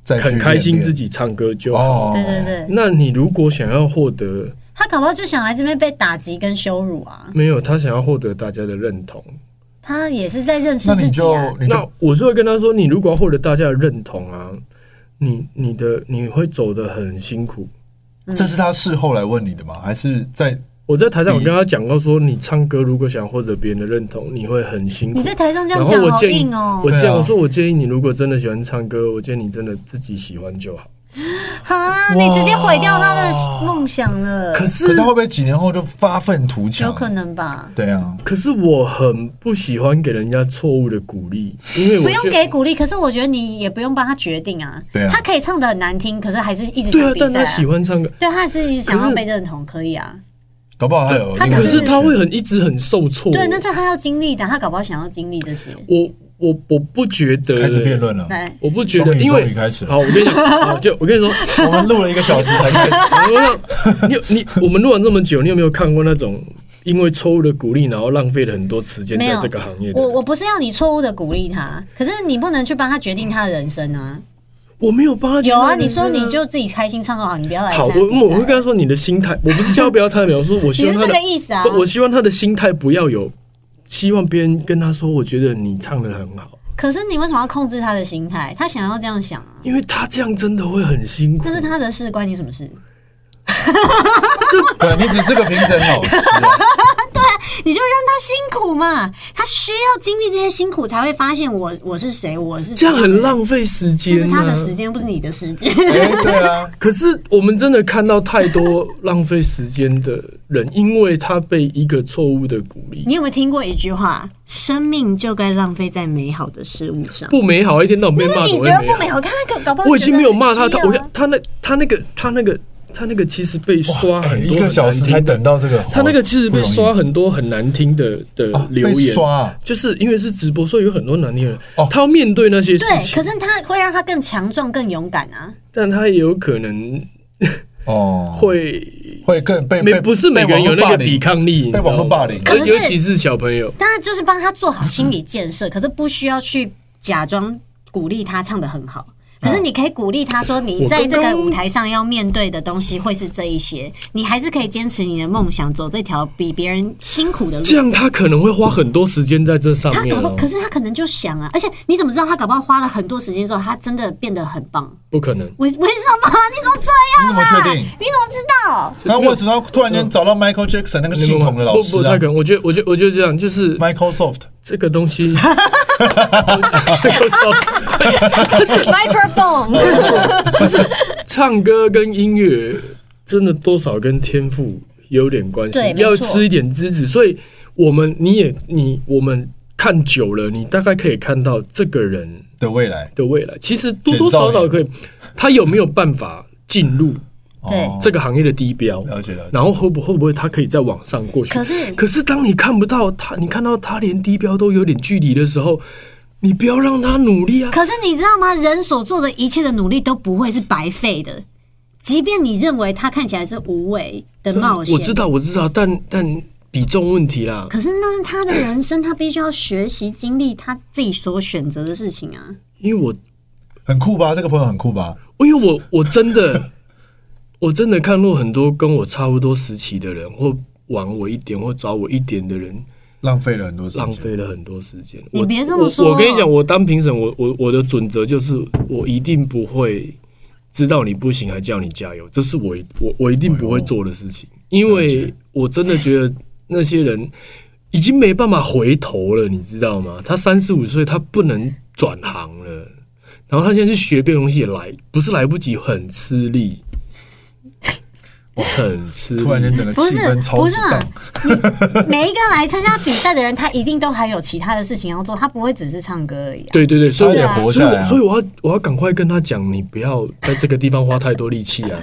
Speaker 4: 再去
Speaker 2: 很开心
Speaker 4: 练
Speaker 2: 自己唱歌就好。
Speaker 4: 哦，
Speaker 1: 对对对，
Speaker 2: 那你如果想要获得
Speaker 1: 他搞不好就想来这边被打击跟羞辱啊，
Speaker 2: 没有他想要获得大家的认同，
Speaker 1: 他也是在认识
Speaker 4: 那
Speaker 1: 自
Speaker 4: 你
Speaker 1: 己
Speaker 4: 就
Speaker 1: 啊。
Speaker 4: 你
Speaker 2: 那
Speaker 4: 就
Speaker 2: 我就会跟他说，你如果要获得大家的认同啊，你你的你会走得很辛苦。
Speaker 1: 嗯
Speaker 4: 这是他事后来问你的吗？还是在
Speaker 2: 我在台上我
Speaker 4: 你
Speaker 2: 跟他讲过说，你唱歌如果想获得别人的认同，你会很辛苦
Speaker 1: 你。在台上这
Speaker 2: 然
Speaker 1: 样
Speaker 2: 后
Speaker 1: 讲
Speaker 2: 我
Speaker 1: 好
Speaker 2: 建议
Speaker 1: 硬，哦
Speaker 2: 我，建议
Speaker 4: 对啊
Speaker 2: 我说我建议你，如果真的喜欢唱歌，我建议你真的自己喜欢就好。
Speaker 1: 哈，你直接毁掉他的梦想了，
Speaker 2: 是
Speaker 4: 可是他会不会几年后就发愤图强？
Speaker 1: 有可。能吧？
Speaker 4: 对啊，
Speaker 2: 可是我很不喜欢给人家错误的鼓励，因为我
Speaker 1: 不用
Speaker 2: 觉得
Speaker 1: 给鼓励，可是我觉得你也不用帮他决定啊。
Speaker 4: 对啊
Speaker 1: 他可以唱的很难听，可是还是一直
Speaker 2: 对啊
Speaker 1: 想，比赛、
Speaker 2: 但他喜，欢唱歌，
Speaker 1: 对，他还是想要
Speaker 2: 可是
Speaker 1: 被认同，可以啊。
Speaker 4: 搞不好他有
Speaker 1: 他
Speaker 4: 另外
Speaker 1: 只
Speaker 2: 可
Speaker 4: 一个
Speaker 1: 是
Speaker 2: 是
Speaker 4: 选
Speaker 2: 他会很一直很受挫。
Speaker 1: 对，那是他要经历的，他搞不好想要经历这些。哎
Speaker 2: 我我我不觉得
Speaker 4: 开始辩，论了。
Speaker 1: 来，
Speaker 2: 我不觉
Speaker 4: 终
Speaker 2: 得，
Speaker 4: 于
Speaker 2: 因
Speaker 4: 终
Speaker 2: 为
Speaker 4: 于开始了
Speaker 2: 好，我跟你讲，好就我跟你说，
Speaker 4: 我们录了一个小时才开始，
Speaker 2: 我 你有你我们录完这么久，你有没有看过那种因为错误的鼓励，然后浪费了很多时间
Speaker 1: 没
Speaker 2: 在
Speaker 1: 有
Speaker 2: 这个行业的
Speaker 1: 我
Speaker 2: 人？
Speaker 1: 我不是要你错误的鼓励他，可是你不能去帮他决定他的人生啊。
Speaker 2: 我没有帮他决定
Speaker 1: 有啊，
Speaker 2: 人
Speaker 1: 你说
Speaker 2: 生
Speaker 1: 你就自己开心唱歌好，你不要来
Speaker 2: 好，
Speaker 1: 参加
Speaker 2: 我
Speaker 1: 比赛啊
Speaker 2: 我会跟他说你的心态，我不是叫他不要参加比赛，我说我希望他
Speaker 1: 你
Speaker 2: 的
Speaker 1: 是这个意思啊
Speaker 2: 不我希望他的心态不要有，希望别人跟他说，我觉得你唱的很好，
Speaker 1: 可是你为什么要控制他的心态？他想要这样想啊，
Speaker 2: 因为他这样真的会很辛苦
Speaker 1: 那。是他的事，关你什么事？
Speaker 4: 对啊你只是个评审 老师啊，
Speaker 1: 你就让他辛苦嘛，他需要经历这些辛苦才会发现我我是谁，我是
Speaker 2: 这样
Speaker 1: 谁
Speaker 2: 很浪费时
Speaker 1: 那是
Speaker 2: 间
Speaker 1: 他
Speaker 2: 啊
Speaker 1: 的！时间，不是你的时间。
Speaker 4: 哎，对啊，
Speaker 2: 可是我们真的看到太多浪费时间的人，因为他被一个错误的鼓励，
Speaker 1: 你有没有听过一句话？生命就该浪费在美好的事物上。
Speaker 2: 不美好，一天到晚被
Speaker 1: 那
Speaker 2: 骂，怎
Speaker 1: 你
Speaker 2: 么
Speaker 1: 觉得
Speaker 2: 会
Speaker 1: 不
Speaker 2: 美
Speaker 1: 美
Speaker 2: 好？
Speaker 1: 好？看他搞搞不好
Speaker 2: 我已经没有骂他，
Speaker 1: 觉
Speaker 2: 他
Speaker 1: 得很
Speaker 2: 我
Speaker 1: 气啊
Speaker 2: 他那他那个他那个他那个其实被刷很多
Speaker 4: 一个小
Speaker 2: 很
Speaker 4: 时
Speaker 2: 难听
Speaker 4: 才等到这个，
Speaker 2: 他那个其实被刷
Speaker 4: 很
Speaker 2: 很多很难听的的啊留
Speaker 4: 被
Speaker 2: 言，
Speaker 4: 刷啊
Speaker 2: 就是因为是直播，所以有很多难听的人
Speaker 4: 哦，
Speaker 2: 他要面对那些事
Speaker 1: 对，
Speaker 2: 情
Speaker 1: 可，是他会让他更强壮、更勇敢啊！
Speaker 2: 但他也有可能
Speaker 4: 哦，
Speaker 2: 会
Speaker 4: 会更被
Speaker 2: 没
Speaker 4: 被
Speaker 2: 不是每个人有那个抵抗力，你知
Speaker 4: 被
Speaker 2: 道吗
Speaker 4: 网络霸凌，
Speaker 1: 可是
Speaker 2: 尤其是小朋友，
Speaker 1: 但他就是帮他做好心理建设，可是不需要去假装鼓励他唱的很好。可是你可以鼓励他说，你
Speaker 2: 我
Speaker 1: 在
Speaker 2: 刚
Speaker 1: 这
Speaker 2: 刚
Speaker 1: 个舞台上要面对的东西会是这一些，你还是可以坚持你的梦想，走这条比别人辛苦的
Speaker 2: 这
Speaker 1: 路。
Speaker 2: 样他可能会花很多时间在这上
Speaker 1: 他
Speaker 2: 面
Speaker 1: 搞不好，
Speaker 2: 哦，
Speaker 1: 可是他可能就想啊，而且你怎么知道他搞不好花了很多时间之后，他真的变得很棒？
Speaker 2: 不可能。
Speaker 1: 为为什么？ 你怎么这样
Speaker 4: 你怎
Speaker 1: 啦、
Speaker 4: 么
Speaker 1: 啊？
Speaker 4: 确定
Speaker 1: 你怎么知道？
Speaker 4: 那为什么他突然间找到 Michael Jackson 那个系统的老
Speaker 2: 嗯
Speaker 4: 师
Speaker 2: 不不
Speaker 4: 啊
Speaker 2: 太可能，我觉得，我觉得，我觉得这样就是
Speaker 4: ？Microsoft
Speaker 2: 这个东西， 我
Speaker 1: Microphone，
Speaker 2: 唱歌跟音乐真的多少跟天赋有点关系
Speaker 1: 对，没错
Speaker 2: 要吃一点资质。所以我们你也你我们看久了，你大概可以看到这个人
Speaker 4: 的未来，
Speaker 2: 的未来。其实多多少少可以，他有没有办法进入
Speaker 1: 对
Speaker 4: 哦
Speaker 2: 这个行业的低标？
Speaker 4: 了解了解
Speaker 2: 然后会不会不会他可以再往上过去？
Speaker 1: 可是
Speaker 2: 可是当你看不到他，你看到他连低标都有点距离的时候，你不要让他努力 啊！
Speaker 1: 可是你知道吗？人所做的一切的努力都不会是白费的，即便你认为它看起来是无谓的冒险，
Speaker 2: 我知。道，我知道，但但比重问题啦。
Speaker 1: 可是那是他的人生，他必须要学习经历他自己所选择的事情啊。
Speaker 2: 因为
Speaker 4: 很酷吧？这个朋友很酷吧？
Speaker 2: 我，因为我我真的， 我真的看过很多跟我差不多时期的人，或晚我一点，或早我一点的人，
Speaker 4: 浪费了很多时间，
Speaker 2: 浪费了很多时间。
Speaker 1: 你
Speaker 2: 我
Speaker 1: 别这么说啊
Speaker 2: 我，我跟你讲，我当评审，我我我的准则就是，我一定不会知道你不行还叫你加油，这是我一我我一定不会做的事情，因为我真的觉得那些人已经没办法回头了，你知道吗？他三十五岁，他不能转行了。然后他现在去学别的东西也来，不是来不及，很吃力，很吃力。
Speaker 4: 突然间整个
Speaker 1: 不
Speaker 4: 气
Speaker 1: 是
Speaker 4: 氛超
Speaker 1: 不
Speaker 4: 级
Speaker 1: 是嘛
Speaker 4: 荡。？
Speaker 1: 每一个来参加比赛的人，他一定都还有其他的事情要做，他不会只是唱歌而已、啊。
Speaker 2: 对对对，所以
Speaker 4: 他
Speaker 2: 我
Speaker 4: 得活下来啊
Speaker 2: 所以我所以我要我要赶快跟他讲，你不要在这个地方花太多力气 啊。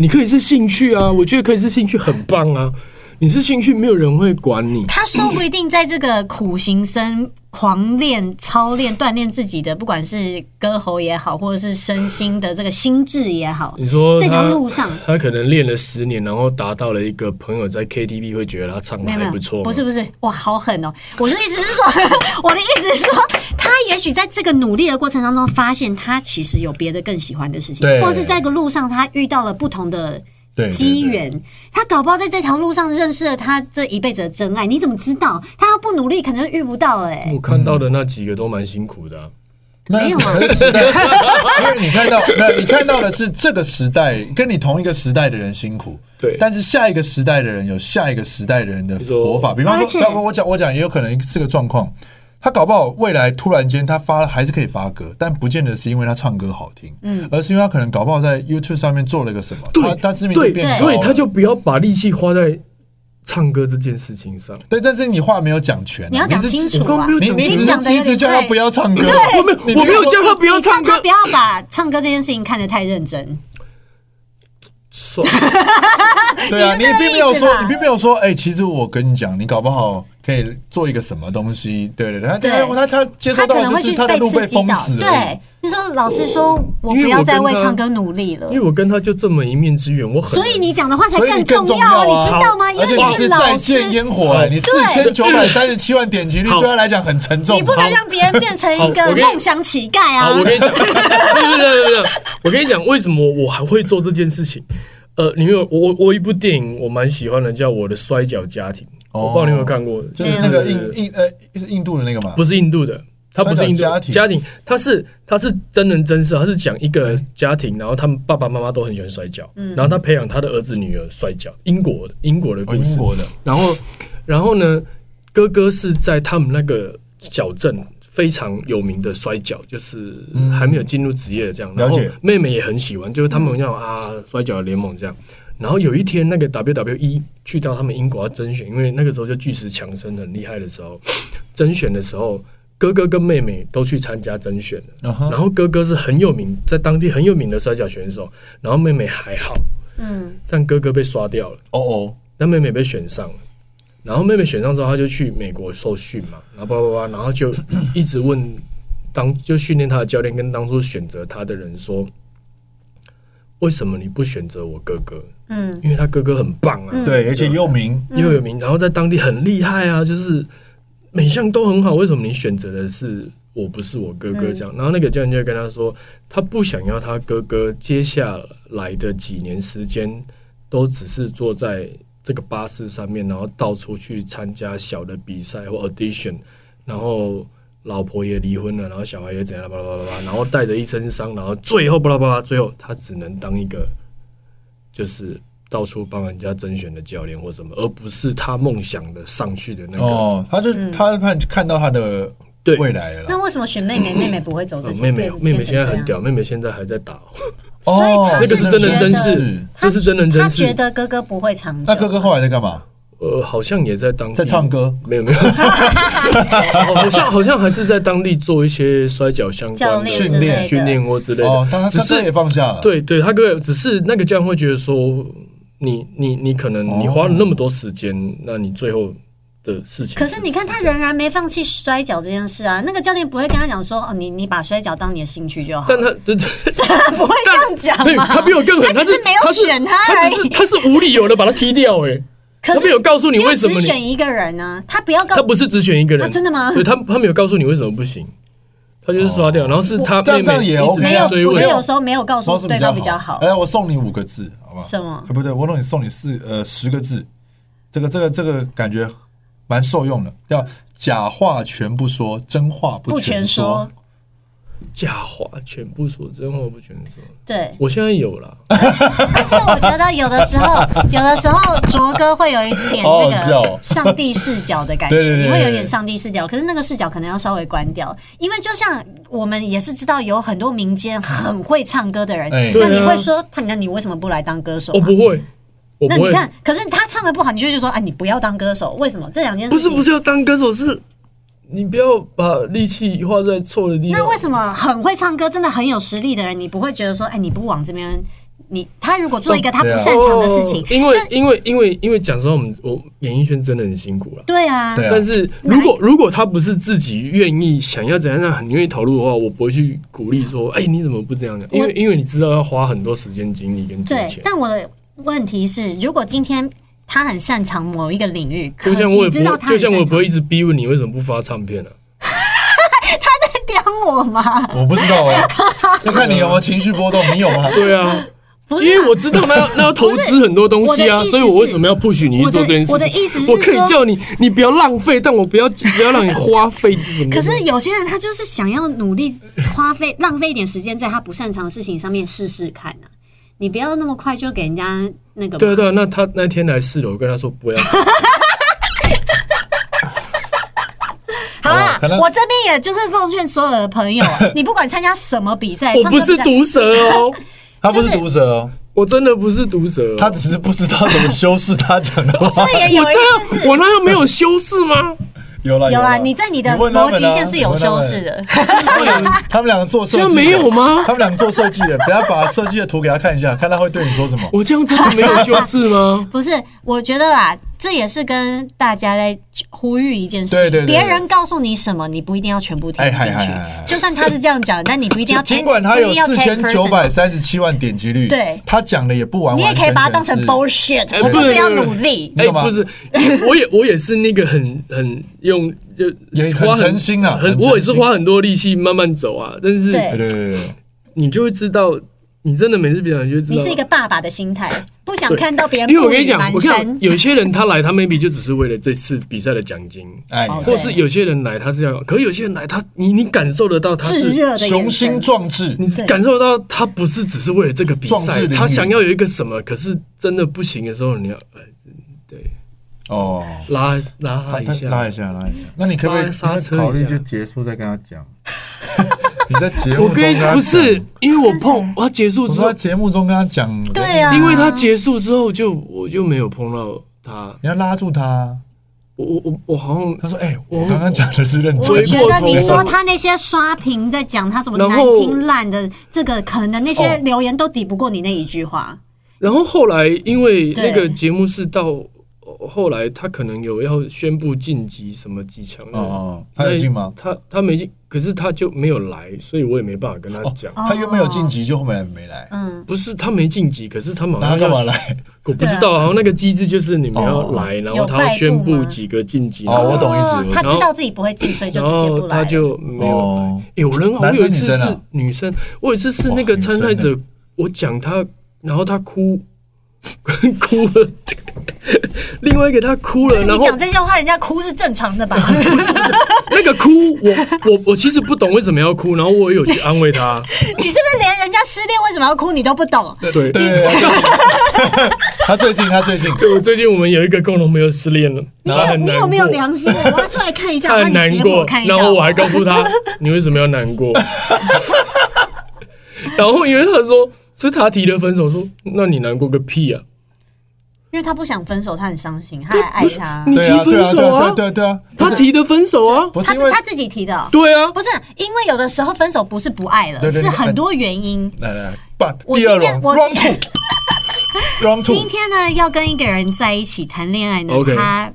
Speaker 2: 你可以是兴趣啊，我觉得可以是兴趣，很棒啊。你是兴趣，没有人会管你。
Speaker 1: 他说不一定在这个苦行僧狂练、操练、锻炼自己的，不管是歌喉也好，或者是身心的这个心智也好，
Speaker 2: 你说
Speaker 1: 这条
Speaker 2: 他
Speaker 1: 路上
Speaker 2: 他可能练了十年，然后达到了一个朋友在 KTV 会觉得他唱的
Speaker 1: 没有没
Speaker 2: 还
Speaker 1: 有，
Speaker 2: 不错吗，
Speaker 1: 不是不是，哇，好狠哦！我的意思是说，我的意思是说，他也许在这个努力的过程当中，发现他其实有别的更喜欢的事情
Speaker 4: 对，
Speaker 1: 或是在个路上他遇到了不同的
Speaker 4: 对
Speaker 1: 机，缘，他搞不好在这条路上认识了他这一辈子的真爱。你怎么知道？他要不努力，可能就遇不到哎、
Speaker 4: 嗯
Speaker 1: 欸
Speaker 2: 我看到的那几个都蛮辛苦的啊、
Speaker 4: 对对
Speaker 1: 没有啊
Speaker 4: 那那时代，因为你看到，那你看到的是这个时代跟你同一个时代的人辛苦，
Speaker 2: 对
Speaker 4: 但是下一个时代的人有下一个时代的人的活法，比方
Speaker 1: 而
Speaker 4: 说，
Speaker 1: 且
Speaker 4: 那我我讲我讲也有可能是个状况，他搞不好未来突然间他发还是可以发歌，但不见得是因为他唱歌好听，嗯，而是因为他可能搞不好在 YouTube 上面做了个什么，他他
Speaker 1: 嗯
Speaker 4: 知名度变高了，
Speaker 2: 所以他就不要把力气花在唱歌这件事情上。
Speaker 4: 对，但是你话没有讲全啊，
Speaker 1: 你要讲
Speaker 4: 是
Speaker 1: 清楚
Speaker 2: 我刚
Speaker 1: 啊
Speaker 2: 刚没！有
Speaker 4: 你
Speaker 2: 讲
Speaker 4: 你
Speaker 2: 清楚
Speaker 4: 只是
Speaker 1: 讲得有
Speaker 4: 一直
Speaker 1: 点
Speaker 4: 叫他
Speaker 1: 快
Speaker 4: 不要唱歌，
Speaker 2: 我没有，
Speaker 4: 你
Speaker 2: 我没有
Speaker 4: 说
Speaker 2: 叫他不要唱歌
Speaker 1: 你叫他不。要把唱歌这件事情看得太认真。
Speaker 2: 算了
Speaker 4: 对啊，
Speaker 1: 你
Speaker 4: 你
Speaker 1: 是这个
Speaker 4: 并没有
Speaker 1: 意思
Speaker 4: 说，
Speaker 1: 吧
Speaker 4: 你并没有说，哎、其实我跟你讲，你搞不好可以做一个什么东西，对对对，他
Speaker 1: 对
Speaker 4: 他他他接收
Speaker 1: 他可
Speaker 4: 到
Speaker 1: 能
Speaker 4: 的
Speaker 1: 会
Speaker 4: 就
Speaker 1: 去
Speaker 4: 是他的
Speaker 1: 被
Speaker 4: 路被
Speaker 1: 刺激
Speaker 4: 封
Speaker 1: 到。
Speaker 4: 死了
Speaker 1: 对，，那时候老师说我
Speaker 2: 因为
Speaker 1: 不要
Speaker 2: 我
Speaker 1: 再
Speaker 2: 跟
Speaker 1: 为
Speaker 2: 他
Speaker 1: 唱歌努力了
Speaker 2: 因，为我跟他就这么一面之缘，我很
Speaker 1: 所以你讲的话才
Speaker 4: 所以你更
Speaker 1: 重
Speaker 4: 重要
Speaker 1: 啊！
Speaker 4: 啊
Speaker 1: 你知道吗？因
Speaker 4: 而且
Speaker 1: 为
Speaker 4: 你是
Speaker 1: 老
Speaker 4: 再
Speaker 1: 师，
Speaker 4: 见烟火、哎，你四千九百三十七万点击率
Speaker 2: 好
Speaker 4: 对他来讲很沉重
Speaker 1: 你。不能让别人变成
Speaker 2: 好
Speaker 1: 一
Speaker 2: 我
Speaker 1: 个
Speaker 2: 跟你
Speaker 1: 梦想乞丐啊！
Speaker 2: 好，我跟你讲，对对对对对，我跟你讲，为什么我还会做这件事情？呃，你们有我我我一部电影我蛮喜欢的，叫《我的摔跤家庭》，
Speaker 4: 哦
Speaker 2: 我不知道你有没有看过，
Speaker 4: 就是那个
Speaker 2: 对对
Speaker 4: 印
Speaker 2: 对
Speaker 4: 印呃，是印度的那个嘛，
Speaker 2: 嗯不是印度的，它不是印度
Speaker 4: 摔跤家庭
Speaker 2: 家庭，它是它是真人真事，它是讲一个
Speaker 4: 嗯
Speaker 2: 家庭，然后他们爸爸妈妈都很喜欢摔跤，然后他培养他的儿子女儿摔跤，英国的英国的故
Speaker 4: 哦，英
Speaker 2: 事，
Speaker 4: 国的，
Speaker 2: 然后，然后呢，哥哥是在他们那个小镇非常有名的摔跤，就是还没有进入职业这样。然后
Speaker 4: 嗯了解
Speaker 2: 妹妹也很喜欢，就是他们那种啊摔跤联盟这样。然后有一天，那个 WWE 去到他们英国要甄选，因为那个时候就巨石强森很厉害的时候，甄选的时候，哥哥跟妹妹都去参加甄选了。
Speaker 4: 嗯哼
Speaker 2: 然后哥哥是很有名，在当地很有名的摔跤选手，然后妹妹还好，
Speaker 1: 嗯，
Speaker 2: 但哥哥被刷掉了。
Speaker 4: 哦哦，
Speaker 2: 那妹妹被选上了，然后妹妹选上之后，她就去美国受训嘛，然后叭叭叭，然后就一直问当就训练她的教练跟当初选择她的人说，为什么你不选择我哥哥？
Speaker 1: 嗯，
Speaker 2: 因为他哥哥很棒啊，
Speaker 4: 对，而且又名，
Speaker 2: 又有名，然后在当地很厉害啊，就是每项都很好，为什么你选择的是我不是我哥哥这样？然后那个教练就会跟他说，他不想要他哥哥接下来的几年时间都只是坐在这个巴士上面，然后到处去参加小的比赛或 audition，然后。老婆也离婚了，然后小孩也怎样，巴拉巴拉巴拉，然后带着一身伤，然后最后巴拉巴拉，最后他只能当一个就是到处帮人家甄选的教练或什么，而不是他梦想的上去的那个。
Speaker 4: 哦，他就他看看到他的
Speaker 2: 嗯对
Speaker 4: 未来了啦
Speaker 1: 嗯那，为什么选妹妹？妹妹不会走这
Speaker 2: 呃
Speaker 1: 条
Speaker 2: 妹
Speaker 1: 路
Speaker 2: 妹，妹妹现在很，屌，妹妹现在还在打哦，
Speaker 1: 所以
Speaker 4: 哦
Speaker 1: 他，
Speaker 2: 那个是真人真
Speaker 1: 觉得
Speaker 2: 事，
Speaker 1: 变成
Speaker 2: 这是
Speaker 1: 这样
Speaker 2: 真
Speaker 1: 他
Speaker 2: 人真
Speaker 1: 觉
Speaker 2: 事。
Speaker 1: 得哥哥不会长久。
Speaker 4: 那哥哥后来在干嘛？
Speaker 2: 呃，好像也在当地
Speaker 4: 在唱歌，
Speaker 2: 没有没 有，好像好像还是在当地做一些摔跤相
Speaker 1: 教
Speaker 2: 关
Speaker 1: 练
Speaker 2: 的
Speaker 1: 之
Speaker 4: 训练
Speaker 1: 类的
Speaker 2: 训练或之类
Speaker 4: 哦，他
Speaker 2: 的，
Speaker 4: 他
Speaker 2: 只
Speaker 4: 他
Speaker 2: 是
Speaker 4: 也放下了，
Speaker 2: 对对，他哥只是那个教练会觉得说，你你你可
Speaker 4: 哦
Speaker 2: 能你花了那么多时间，那你最后的事情。
Speaker 1: 可是你看，他仍然没放弃摔跤这件事啊！那个教练不会跟他讲说：“哦，你你把摔跤当你的兴趣就好。
Speaker 2: 但他对 对，
Speaker 1: 他不会这样
Speaker 2: 对
Speaker 1: 讲嘛？
Speaker 2: 他比我更狠，
Speaker 1: 他只
Speaker 2: 是
Speaker 1: 是没有选
Speaker 2: 他
Speaker 1: 他而
Speaker 2: 是，
Speaker 1: 已。
Speaker 2: 他只是他是无理由的把他踢掉，哎，
Speaker 1: 可
Speaker 2: 他没有告诉你为什么
Speaker 1: 因只
Speaker 2: 你，
Speaker 1: 选一个人呢？他不要告
Speaker 2: 他不是只选一个人，
Speaker 1: 啊真的吗哦
Speaker 2: 对他他没有告诉你为什么不行，他就是刷掉，然后是他
Speaker 4: 这样
Speaker 2: 妹
Speaker 4: 这样
Speaker 2: 妹
Speaker 4: 也
Speaker 2: 一直
Speaker 4: OK 啊
Speaker 1: 没有，
Speaker 2: 追
Speaker 1: 我觉
Speaker 2: 问
Speaker 1: 得，有时候没有告
Speaker 4: 方
Speaker 1: 诉
Speaker 4: 式
Speaker 1: 对方比较好
Speaker 4: 哎，。我送你五个字，好不好？
Speaker 1: 什么
Speaker 4: 哎不对，我送你送你四呃十个字，这个这个这个感觉蛮受用的。要假话全不说，真话
Speaker 1: 不
Speaker 4: 全
Speaker 1: 全说，
Speaker 2: 假话全部说，真话不全说。
Speaker 1: 对，
Speaker 2: 我现在有了，
Speaker 1: 但是我觉得有的时 候，有的时候卓哥会有一点
Speaker 4: 好好
Speaker 1: 那
Speaker 4: 笑哦
Speaker 1: 个上帝视角的感觉，
Speaker 4: 对对对对
Speaker 1: 你会有点上帝视角，可是那个视角可能要稍微关掉，因为就像我们也是知道有很多民间很会唱歌的人，
Speaker 4: 哎哦
Speaker 1: 那
Speaker 2: 对
Speaker 1: 你
Speaker 2: 啊
Speaker 1: 会说，他那你为什么不来当歌手
Speaker 2: 我
Speaker 1: 嘛？
Speaker 2: 哦不会，我
Speaker 1: 那
Speaker 2: 不
Speaker 1: 你
Speaker 2: 会，
Speaker 1: 看，可是他唱的不好，你就就说，哎，你不要当歌手，为什么？这两件事
Speaker 2: 不
Speaker 1: 情
Speaker 2: 是不是要当歌手，是你不要把力气花在错的地方
Speaker 1: 那。为什么很会唱歌、真的很有实力的人，你不会觉得说，哎，你不往这边，你他如果做
Speaker 4: 哦
Speaker 1: 一个
Speaker 4: 啊
Speaker 1: 他不擅长的事情
Speaker 2: 哦，因为
Speaker 1: 这
Speaker 2: 因为因为因为讲实话，我们我演艺圈真的很辛苦了。
Speaker 1: 对啊，
Speaker 4: 对啊
Speaker 2: 但是如果如果他不是自己愿意想要怎样让很愿意投入的话，我不会去鼓励说，哎、你怎么不这样讲？因为因为你知道要花很多时间、精力跟金
Speaker 1: 对
Speaker 2: 钱。
Speaker 1: 但我的问题是，如果今天他很擅长某一个领域，可
Speaker 2: 就像我也
Speaker 1: 你
Speaker 2: 不
Speaker 1: 知道
Speaker 2: 会，
Speaker 1: 他很
Speaker 2: 就像我
Speaker 1: 擅
Speaker 2: 也不
Speaker 1: 长
Speaker 2: 会一直逼问你为什么不发唱片啊？
Speaker 1: 过吗？
Speaker 4: 我不知道 啊，要看你有没有情绪波动，你有吗？
Speaker 2: 对啊，
Speaker 1: 不
Speaker 2: 因
Speaker 1: 是啊
Speaker 2: 为我知道那要那要投资很多东西啊，
Speaker 1: 我的意思是
Speaker 2: 所以我为什么要 push 你去做这件事情？
Speaker 1: 我的我的意思是说
Speaker 2: 我可以叫你，你不要浪费，但我不要不要让你花费什么。
Speaker 1: 可是有些人他就是想要努力花费浪费一点时间在他不擅长的事情上面试试看啊，你不要那么快就给人家那个嘛
Speaker 2: 对啊对啊，那他那天来四楼，我跟他说不要。
Speaker 1: 哎好啦
Speaker 4: 哦，可能
Speaker 1: 我这边也就是奉劝所有的朋 友，你不管参加什么比赛，
Speaker 2: 我不
Speaker 1: 唱
Speaker 2: 是
Speaker 1: 歌比赛
Speaker 2: 毒蛇哦，
Speaker 4: 他不是毒蛇哦，
Speaker 2: 我真的不是毒蛇哦。
Speaker 4: 他只是不知道怎么修饰他讲的话。
Speaker 1: 这也
Speaker 2: 哎我
Speaker 1: 有一
Speaker 2: 这
Speaker 1: 件
Speaker 2: 样，
Speaker 1: 事。
Speaker 2: 我那样没有修饰吗？
Speaker 4: 有啦
Speaker 1: 有啦，
Speaker 4: 啦，
Speaker 1: 你在你的
Speaker 4: 问他们
Speaker 1: 逻
Speaker 4: 啊
Speaker 1: 辑线是有修饰。的。？
Speaker 4: 你问他们他们两个做设计的
Speaker 2: 这样没有吗
Speaker 4: 他们两个做设计的，等下把设计的图给他看一下，看他会对你说什么。
Speaker 2: 我这样真的没有修饰吗
Speaker 1: 不是，我觉得啦，这也是跟大家在呼吁一件事情。
Speaker 4: 对对对
Speaker 1: 别人告诉你什么，你不一定要全部听
Speaker 4: 哎
Speaker 1: 进去。
Speaker 4: 嗨嗨嗨嗨
Speaker 1: 就算他是这样讲，但你不一定 要 take-
Speaker 4: 尽管他有
Speaker 1: 不一定要
Speaker 4: 四
Speaker 1: take
Speaker 4: 千九
Speaker 1: personal
Speaker 4: 百三十七万点击率，
Speaker 1: 对
Speaker 4: 他讲的也不完完
Speaker 1: 你也
Speaker 4: 全全
Speaker 1: 可以把它当成
Speaker 4: 是
Speaker 1: bullshit，
Speaker 2: 哎
Speaker 1: 我就是
Speaker 2: 对
Speaker 1: 要
Speaker 2: 对对
Speaker 1: 努力。
Speaker 4: 你
Speaker 2: 哎、
Speaker 4: 懂吗
Speaker 2: 不是，我也我也是那个很很用就
Speaker 4: 也很
Speaker 2: 花
Speaker 4: 诚心啊
Speaker 2: 很
Speaker 4: 很
Speaker 2: 我也是
Speaker 4: 诚心
Speaker 2: 花很多力气慢慢走啊，但是
Speaker 1: 对
Speaker 4: 对对对对对，
Speaker 2: 你就会知道，你真的每次比赛你就会知
Speaker 1: 你
Speaker 2: 道
Speaker 1: 是一个爸爸的心态，不想看到别人
Speaker 2: 因为我
Speaker 1: 步
Speaker 2: 跟你
Speaker 1: 履
Speaker 2: 讲，我
Speaker 1: 蹒
Speaker 2: 看
Speaker 1: 跚。
Speaker 2: 有些人他来，他 maybe 就只是为了这次比赛的奖金，
Speaker 4: 哎，
Speaker 1: 哦
Speaker 2: 或
Speaker 1: 对
Speaker 2: 是有些人来他是要，可有些人来他你你感受得到他
Speaker 1: 炙
Speaker 2: 是。
Speaker 1: 热的眼神
Speaker 4: 雄心壮志，
Speaker 2: 你
Speaker 1: 对
Speaker 2: 感受到他不是只是为了这个比
Speaker 4: 壮志
Speaker 2: 赛，
Speaker 4: 凌云
Speaker 2: 他想要有一个什么，可是真的不行的时候，你要呃对
Speaker 4: 哦，
Speaker 2: 拉拉他
Speaker 4: 他
Speaker 2: 一
Speaker 4: 他
Speaker 2: 下，
Speaker 4: 拉一下，拉一下。那你可不可以
Speaker 2: 刹刹车一下
Speaker 4: 你考虑就结束再跟他 讲？你在节目
Speaker 2: 我
Speaker 4: 中
Speaker 2: 跟
Speaker 4: 跟
Speaker 2: 你
Speaker 4: 他讲
Speaker 2: 不是，，因为我碰他结束
Speaker 4: 我
Speaker 2: 之
Speaker 4: 说
Speaker 2: 后
Speaker 4: 在，节目中跟他讲，
Speaker 1: 对啊，
Speaker 2: 因为他结束之后就我就没有碰到他，
Speaker 4: 你要拉住他。
Speaker 2: 我我我我好像
Speaker 4: 他说：“哎，
Speaker 2: 我
Speaker 4: 我刚刚讲的是认
Speaker 1: 我
Speaker 4: 真
Speaker 2: 回
Speaker 1: 觉
Speaker 4: 的。
Speaker 2: 过
Speaker 1: 得
Speaker 2: 头
Speaker 1: 你说
Speaker 2: 了
Speaker 1: 他那些刷屏在讲他什么
Speaker 2: 然
Speaker 1: 难
Speaker 2: 后
Speaker 1: 听烂的，这个可能那些
Speaker 4: 哦
Speaker 1: 留言都抵不过你那一句话。
Speaker 2: 然后后来因为那个
Speaker 1: 对
Speaker 2: 节目是到后来，他可能有要宣布晋级什么几强
Speaker 4: 哦
Speaker 2: 的，
Speaker 4: 哦，他有进吗？
Speaker 2: 他他没进，可是他就没有来，所以我也没办法跟他讲。
Speaker 1: 哦
Speaker 4: 他原本有晋级，就后面没
Speaker 2: 哦
Speaker 4: 来。
Speaker 1: 嗯，
Speaker 2: 不是他没晋级，可是他马
Speaker 4: 那他
Speaker 2: 上要
Speaker 4: 干嘛？来？
Speaker 2: 我不知
Speaker 1: 啊
Speaker 2: 道，好像那个机制就是你们要
Speaker 4: 哦
Speaker 2: 来，然后
Speaker 1: 有
Speaker 2: 他要
Speaker 1: 拜
Speaker 2: 宣
Speaker 1: 布
Speaker 2: 布
Speaker 1: 吗
Speaker 2: 几个晋级，
Speaker 4: 哦
Speaker 2: 然后
Speaker 4: 我懂意思
Speaker 1: 哦
Speaker 4: 我懂
Speaker 1: 他知道自己不会进，所以就
Speaker 2: 然
Speaker 1: 直接不
Speaker 2: 后
Speaker 1: 来了。
Speaker 2: 他就没有来。
Speaker 4: 哦，
Speaker 2: 哎、我人好，我
Speaker 4: 男生
Speaker 2: 有一次
Speaker 4: 女生
Speaker 2: 是
Speaker 4: 啊
Speaker 2: 女生，我有一次是那个
Speaker 4: 哇
Speaker 2: 参赛
Speaker 4: 女
Speaker 2: 者，我讲他，然后他哭， 哭了， 另外一个他哭了，然
Speaker 1: 你
Speaker 2: 后
Speaker 1: 讲这些话，人家哭是正常的吧？
Speaker 2: 那个哭，我我我其实不懂为什么要哭，然后我也有去安慰他，
Speaker 1: 你是不是连人家失恋为什么要哭你都不懂？
Speaker 2: 对。
Speaker 4: 对对对对，他最近，他最近，
Speaker 2: 对，我最近我们有一个共同朋友失恋了，
Speaker 1: 你
Speaker 2: 他
Speaker 1: 有
Speaker 2: 很
Speaker 1: 你
Speaker 2: 难
Speaker 1: 有
Speaker 2: 过
Speaker 1: 没，有良心？我要出来看一下，
Speaker 2: 他
Speaker 1: 我
Speaker 2: 很
Speaker 1: 帮
Speaker 2: 难
Speaker 1: 你结
Speaker 2: 过
Speaker 1: 果看，一下。
Speaker 2: 然后我还告 诉他，你为什么要难过？ 然后因为他说是他提的分手，我说那你难过个屁啊！
Speaker 1: 因为他不想分手，他很伤心，他还爱他，
Speaker 2: 你
Speaker 4: 对啊，
Speaker 2: 提分
Speaker 4: 对啊，
Speaker 2: 手
Speaker 4: 对啊，
Speaker 2: 啊
Speaker 4: 对啊，对啊，
Speaker 2: 他提的分手啊，
Speaker 4: 不是
Speaker 1: 他
Speaker 4: 因为
Speaker 1: 自他自己提的哦。
Speaker 2: 对啊，
Speaker 1: 不是，因为有的时候分手不是不爱了，
Speaker 4: 对对对
Speaker 1: 是很多原因。
Speaker 4: 来来，把
Speaker 1: 我
Speaker 4: 第二
Speaker 1: 今天
Speaker 4: round
Speaker 1: 我
Speaker 4: round two round
Speaker 1: 今
Speaker 4: two，
Speaker 1: 天呢，要跟一个人在一起谈恋爱呢
Speaker 2: OK
Speaker 1: 他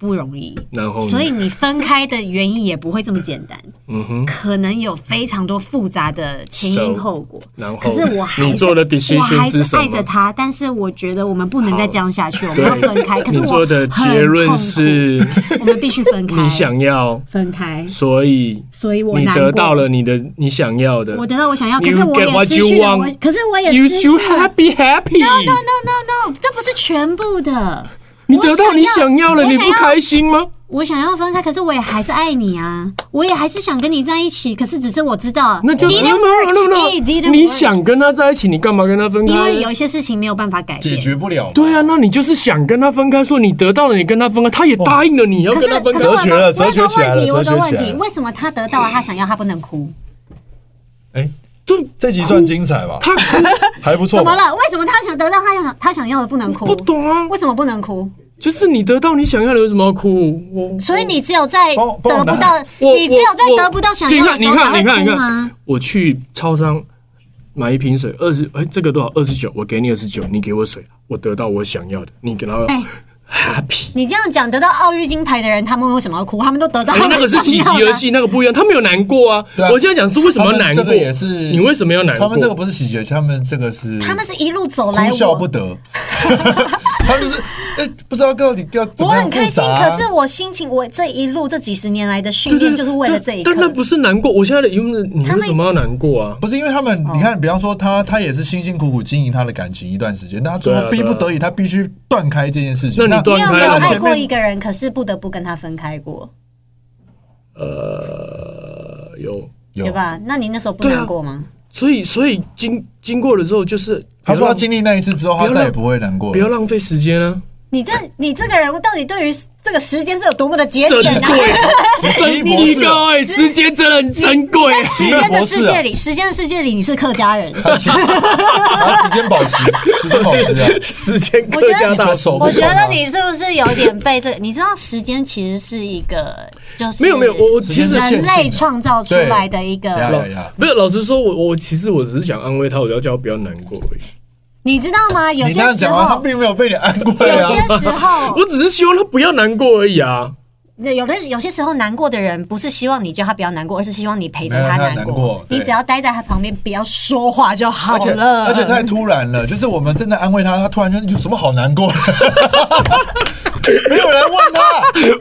Speaker 1: 不容易，
Speaker 2: 然后呢
Speaker 1: 所以你分开的原因也不会这么简单，
Speaker 2: 嗯哼，
Speaker 1: 可能有非常多复杂的前因
Speaker 2: So，
Speaker 1: 后果。
Speaker 2: 然后
Speaker 1: 可是我还是
Speaker 2: 你做的
Speaker 1: 我
Speaker 2: decision
Speaker 1: 还
Speaker 2: 是什
Speaker 1: 是
Speaker 2: 么
Speaker 1: 爱着他，但是我觉得我们不能再这样下去，我们要
Speaker 2: 对
Speaker 1: 分开。可是
Speaker 2: 你
Speaker 1: 我
Speaker 2: 做的
Speaker 1: 很
Speaker 2: 结论
Speaker 1: 痛苦
Speaker 2: 是
Speaker 1: 我们必须分开，
Speaker 2: 你想要，
Speaker 1: 分开，
Speaker 2: 所以
Speaker 1: 所以我
Speaker 2: 你
Speaker 1: 难过
Speaker 2: 得到了你的你想要的。
Speaker 1: 我得到我想要，可
Speaker 2: You
Speaker 1: 是我
Speaker 2: get
Speaker 1: 也
Speaker 2: what
Speaker 1: 失
Speaker 2: you
Speaker 1: 去了，我
Speaker 2: want.
Speaker 1: 可是我也
Speaker 2: You
Speaker 1: 失
Speaker 2: should
Speaker 1: 去了。
Speaker 2: happy happy。
Speaker 1: No no no no no，这不是全部的。
Speaker 2: 你得到你想要了，
Speaker 1: 我
Speaker 2: 你
Speaker 1: 想
Speaker 2: 不开心吗？
Speaker 1: 我想要分开，可是我也还是爱你啊，我也还是想跟你在一起，可是只是我知道
Speaker 2: 那就
Speaker 1: it
Speaker 2: no
Speaker 1: didn't work,
Speaker 2: no no
Speaker 1: it
Speaker 2: no，
Speaker 1: didn't
Speaker 2: 你
Speaker 1: work
Speaker 2: 想跟他在一起，你干嘛跟他分
Speaker 1: 因
Speaker 2: 开
Speaker 1: 为？有一些事情没有办法改
Speaker 4: 解
Speaker 1: 变。
Speaker 4: 决不了。
Speaker 2: 对啊，，那你就是想跟他分开，说你得到了，你跟他分开，他也答应了你要
Speaker 1: 可
Speaker 2: 跟
Speaker 1: 是
Speaker 2: 他分
Speaker 1: 可
Speaker 2: 开
Speaker 1: 是。我
Speaker 4: 哲学了
Speaker 1: 有个我有
Speaker 4: 哲
Speaker 1: 个
Speaker 4: 学起来
Speaker 1: 问题，
Speaker 4: 了
Speaker 1: 我有个
Speaker 4: 哲学
Speaker 1: 问
Speaker 4: 起来
Speaker 1: 题，
Speaker 4: 了
Speaker 1: 为什么他得到了他想要，他不能哭？
Speaker 4: 哎，
Speaker 2: 就
Speaker 4: 这集算精彩吧？
Speaker 2: 他
Speaker 4: 还不错
Speaker 1: 怎
Speaker 4: 吧
Speaker 1: 么？了？为什么他想得到他想他想要的不能哭
Speaker 2: 不？懂啊，
Speaker 1: 为什么不能哭？
Speaker 2: 就是你得到你想要的，为什么要哭？我
Speaker 1: 所以你只有在
Speaker 4: 帮我帮
Speaker 1: 得
Speaker 4: 我拿
Speaker 1: 不到，
Speaker 2: 我
Speaker 1: 你只有在
Speaker 2: 我
Speaker 1: 得不到想要的
Speaker 2: 你
Speaker 1: 时候才
Speaker 2: 看
Speaker 1: 会
Speaker 2: 你看你看你
Speaker 1: 哭吗
Speaker 2: 看？，我去超商买一瓶水，二十哎这个多少？二十九，我给你二十九，你给我水，啊我得到我想要的，你给他
Speaker 1: 哎
Speaker 2: happy。
Speaker 1: 你这样讲，得到奥运金牌的人，他们为什么要哭？他们都得到
Speaker 2: 可是哎那个是喜极而泣，那个不一样，他没有难过啊。
Speaker 4: 对啊
Speaker 2: 我现在讲是为什么要难过，
Speaker 4: 他们这个也是
Speaker 2: 你为什么要难过？
Speaker 4: 他们这个不是喜剧，他们这个是
Speaker 1: 他们是一路走来，
Speaker 4: 哭笑
Speaker 1: 我
Speaker 4: 不得， 他就是哎、不知道到底要怎
Speaker 1: 我
Speaker 4: 么样
Speaker 1: 很
Speaker 4: 复
Speaker 1: 开心，
Speaker 4: 杂啊、
Speaker 1: 可是我心情，我这一路这几十年来的训
Speaker 2: 对对
Speaker 1: 练
Speaker 2: 对
Speaker 1: 就是为了这一刻
Speaker 2: 但。但那不是难过，我现在的疑问是，你
Speaker 1: 他们
Speaker 2: 为什么要难过啊？
Speaker 4: 不是因为他们，
Speaker 1: 哦
Speaker 4: 你看，比方说他，他也是辛辛苦苦经营他的感情一段时间，那他最
Speaker 2: 对
Speaker 4: 后
Speaker 2: 啊
Speaker 4: 逼
Speaker 2: 对啊
Speaker 4: 不得已，他必须断开这件事情。
Speaker 2: 那你
Speaker 1: 你
Speaker 2: 断
Speaker 1: 有没
Speaker 2: 开
Speaker 1: 有
Speaker 2: 了吗
Speaker 1: 爱
Speaker 4: 前
Speaker 1: 过一
Speaker 4: 面
Speaker 1: 个人，可是不得不跟他分开过，
Speaker 2: 呃，有，
Speaker 1: 对
Speaker 4: 有？
Speaker 1: 吧？那你那时候不
Speaker 2: 对啊
Speaker 1: 难过吗？
Speaker 2: 所以所以经经过了之后，就是
Speaker 4: 他说他
Speaker 2: 不要
Speaker 4: 经历那一次之后，
Speaker 2: 不要让
Speaker 4: 他再也不会难过
Speaker 2: 浪不要
Speaker 4: 了。
Speaker 2: 浪费时间啊，
Speaker 1: 你这你这个人到底对于这个时间是有多么的节
Speaker 2: 珍
Speaker 1: 俭啊？
Speaker 2: 贵，珍
Speaker 4: 你
Speaker 2: 惜高哎，时间真的很珍贵。
Speaker 1: 时间的世
Speaker 2: 啊
Speaker 1: 界里，时间的世界里，你是客家人。
Speaker 4: 他时间保持，时间保持啊。
Speaker 2: 时间
Speaker 1: 我
Speaker 2: 客
Speaker 1: 觉
Speaker 2: 家
Speaker 1: 得
Speaker 2: 大
Speaker 4: 手
Speaker 1: 我觉得你是不是有点被这个？你知道，时间其实是一个，就是
Speaker 2: 没有没有，我我其实
Speaker 4: 时间
Speaker 1: 人类创造出来的一
Speaker 4: 呀
Speaker 1: 个。
Speaker 4: 呀呀！
Speaker 2: 没有，老实说，我我其实我只是想安慰他，我要叫他不要难过而已。
Speaker 1: 你知道吗？ 有
Speaker 4: 你
Speaker 1: 些
Speaker 4: 这样
Speaker 1: 时
Speaker 4: 讲啊，他
Speaker 1: 候，
Speaker 4: 并没有被你安过
Speaker 1: 有
Speaker 4: 啊。
Speaker 1: 些时候
Speaker 2: 我，只是希望他不要难过而已啊。
Speaker 1: 那有的有些时候难过的人，不是希望你叫他不要难过，而是希望你陪着
Speaker 4: 没有他
Speaker 1: 难
Speaker 4: 难过对
Speaker 1: 你只要待在他旁边，不要说话就好
Speaker 4: 而且
Speaker 1: 了。
Speaker 4: 而且太突然了，就是我们正在安慰他，他突然就有什么好难过的？ 没有人问他，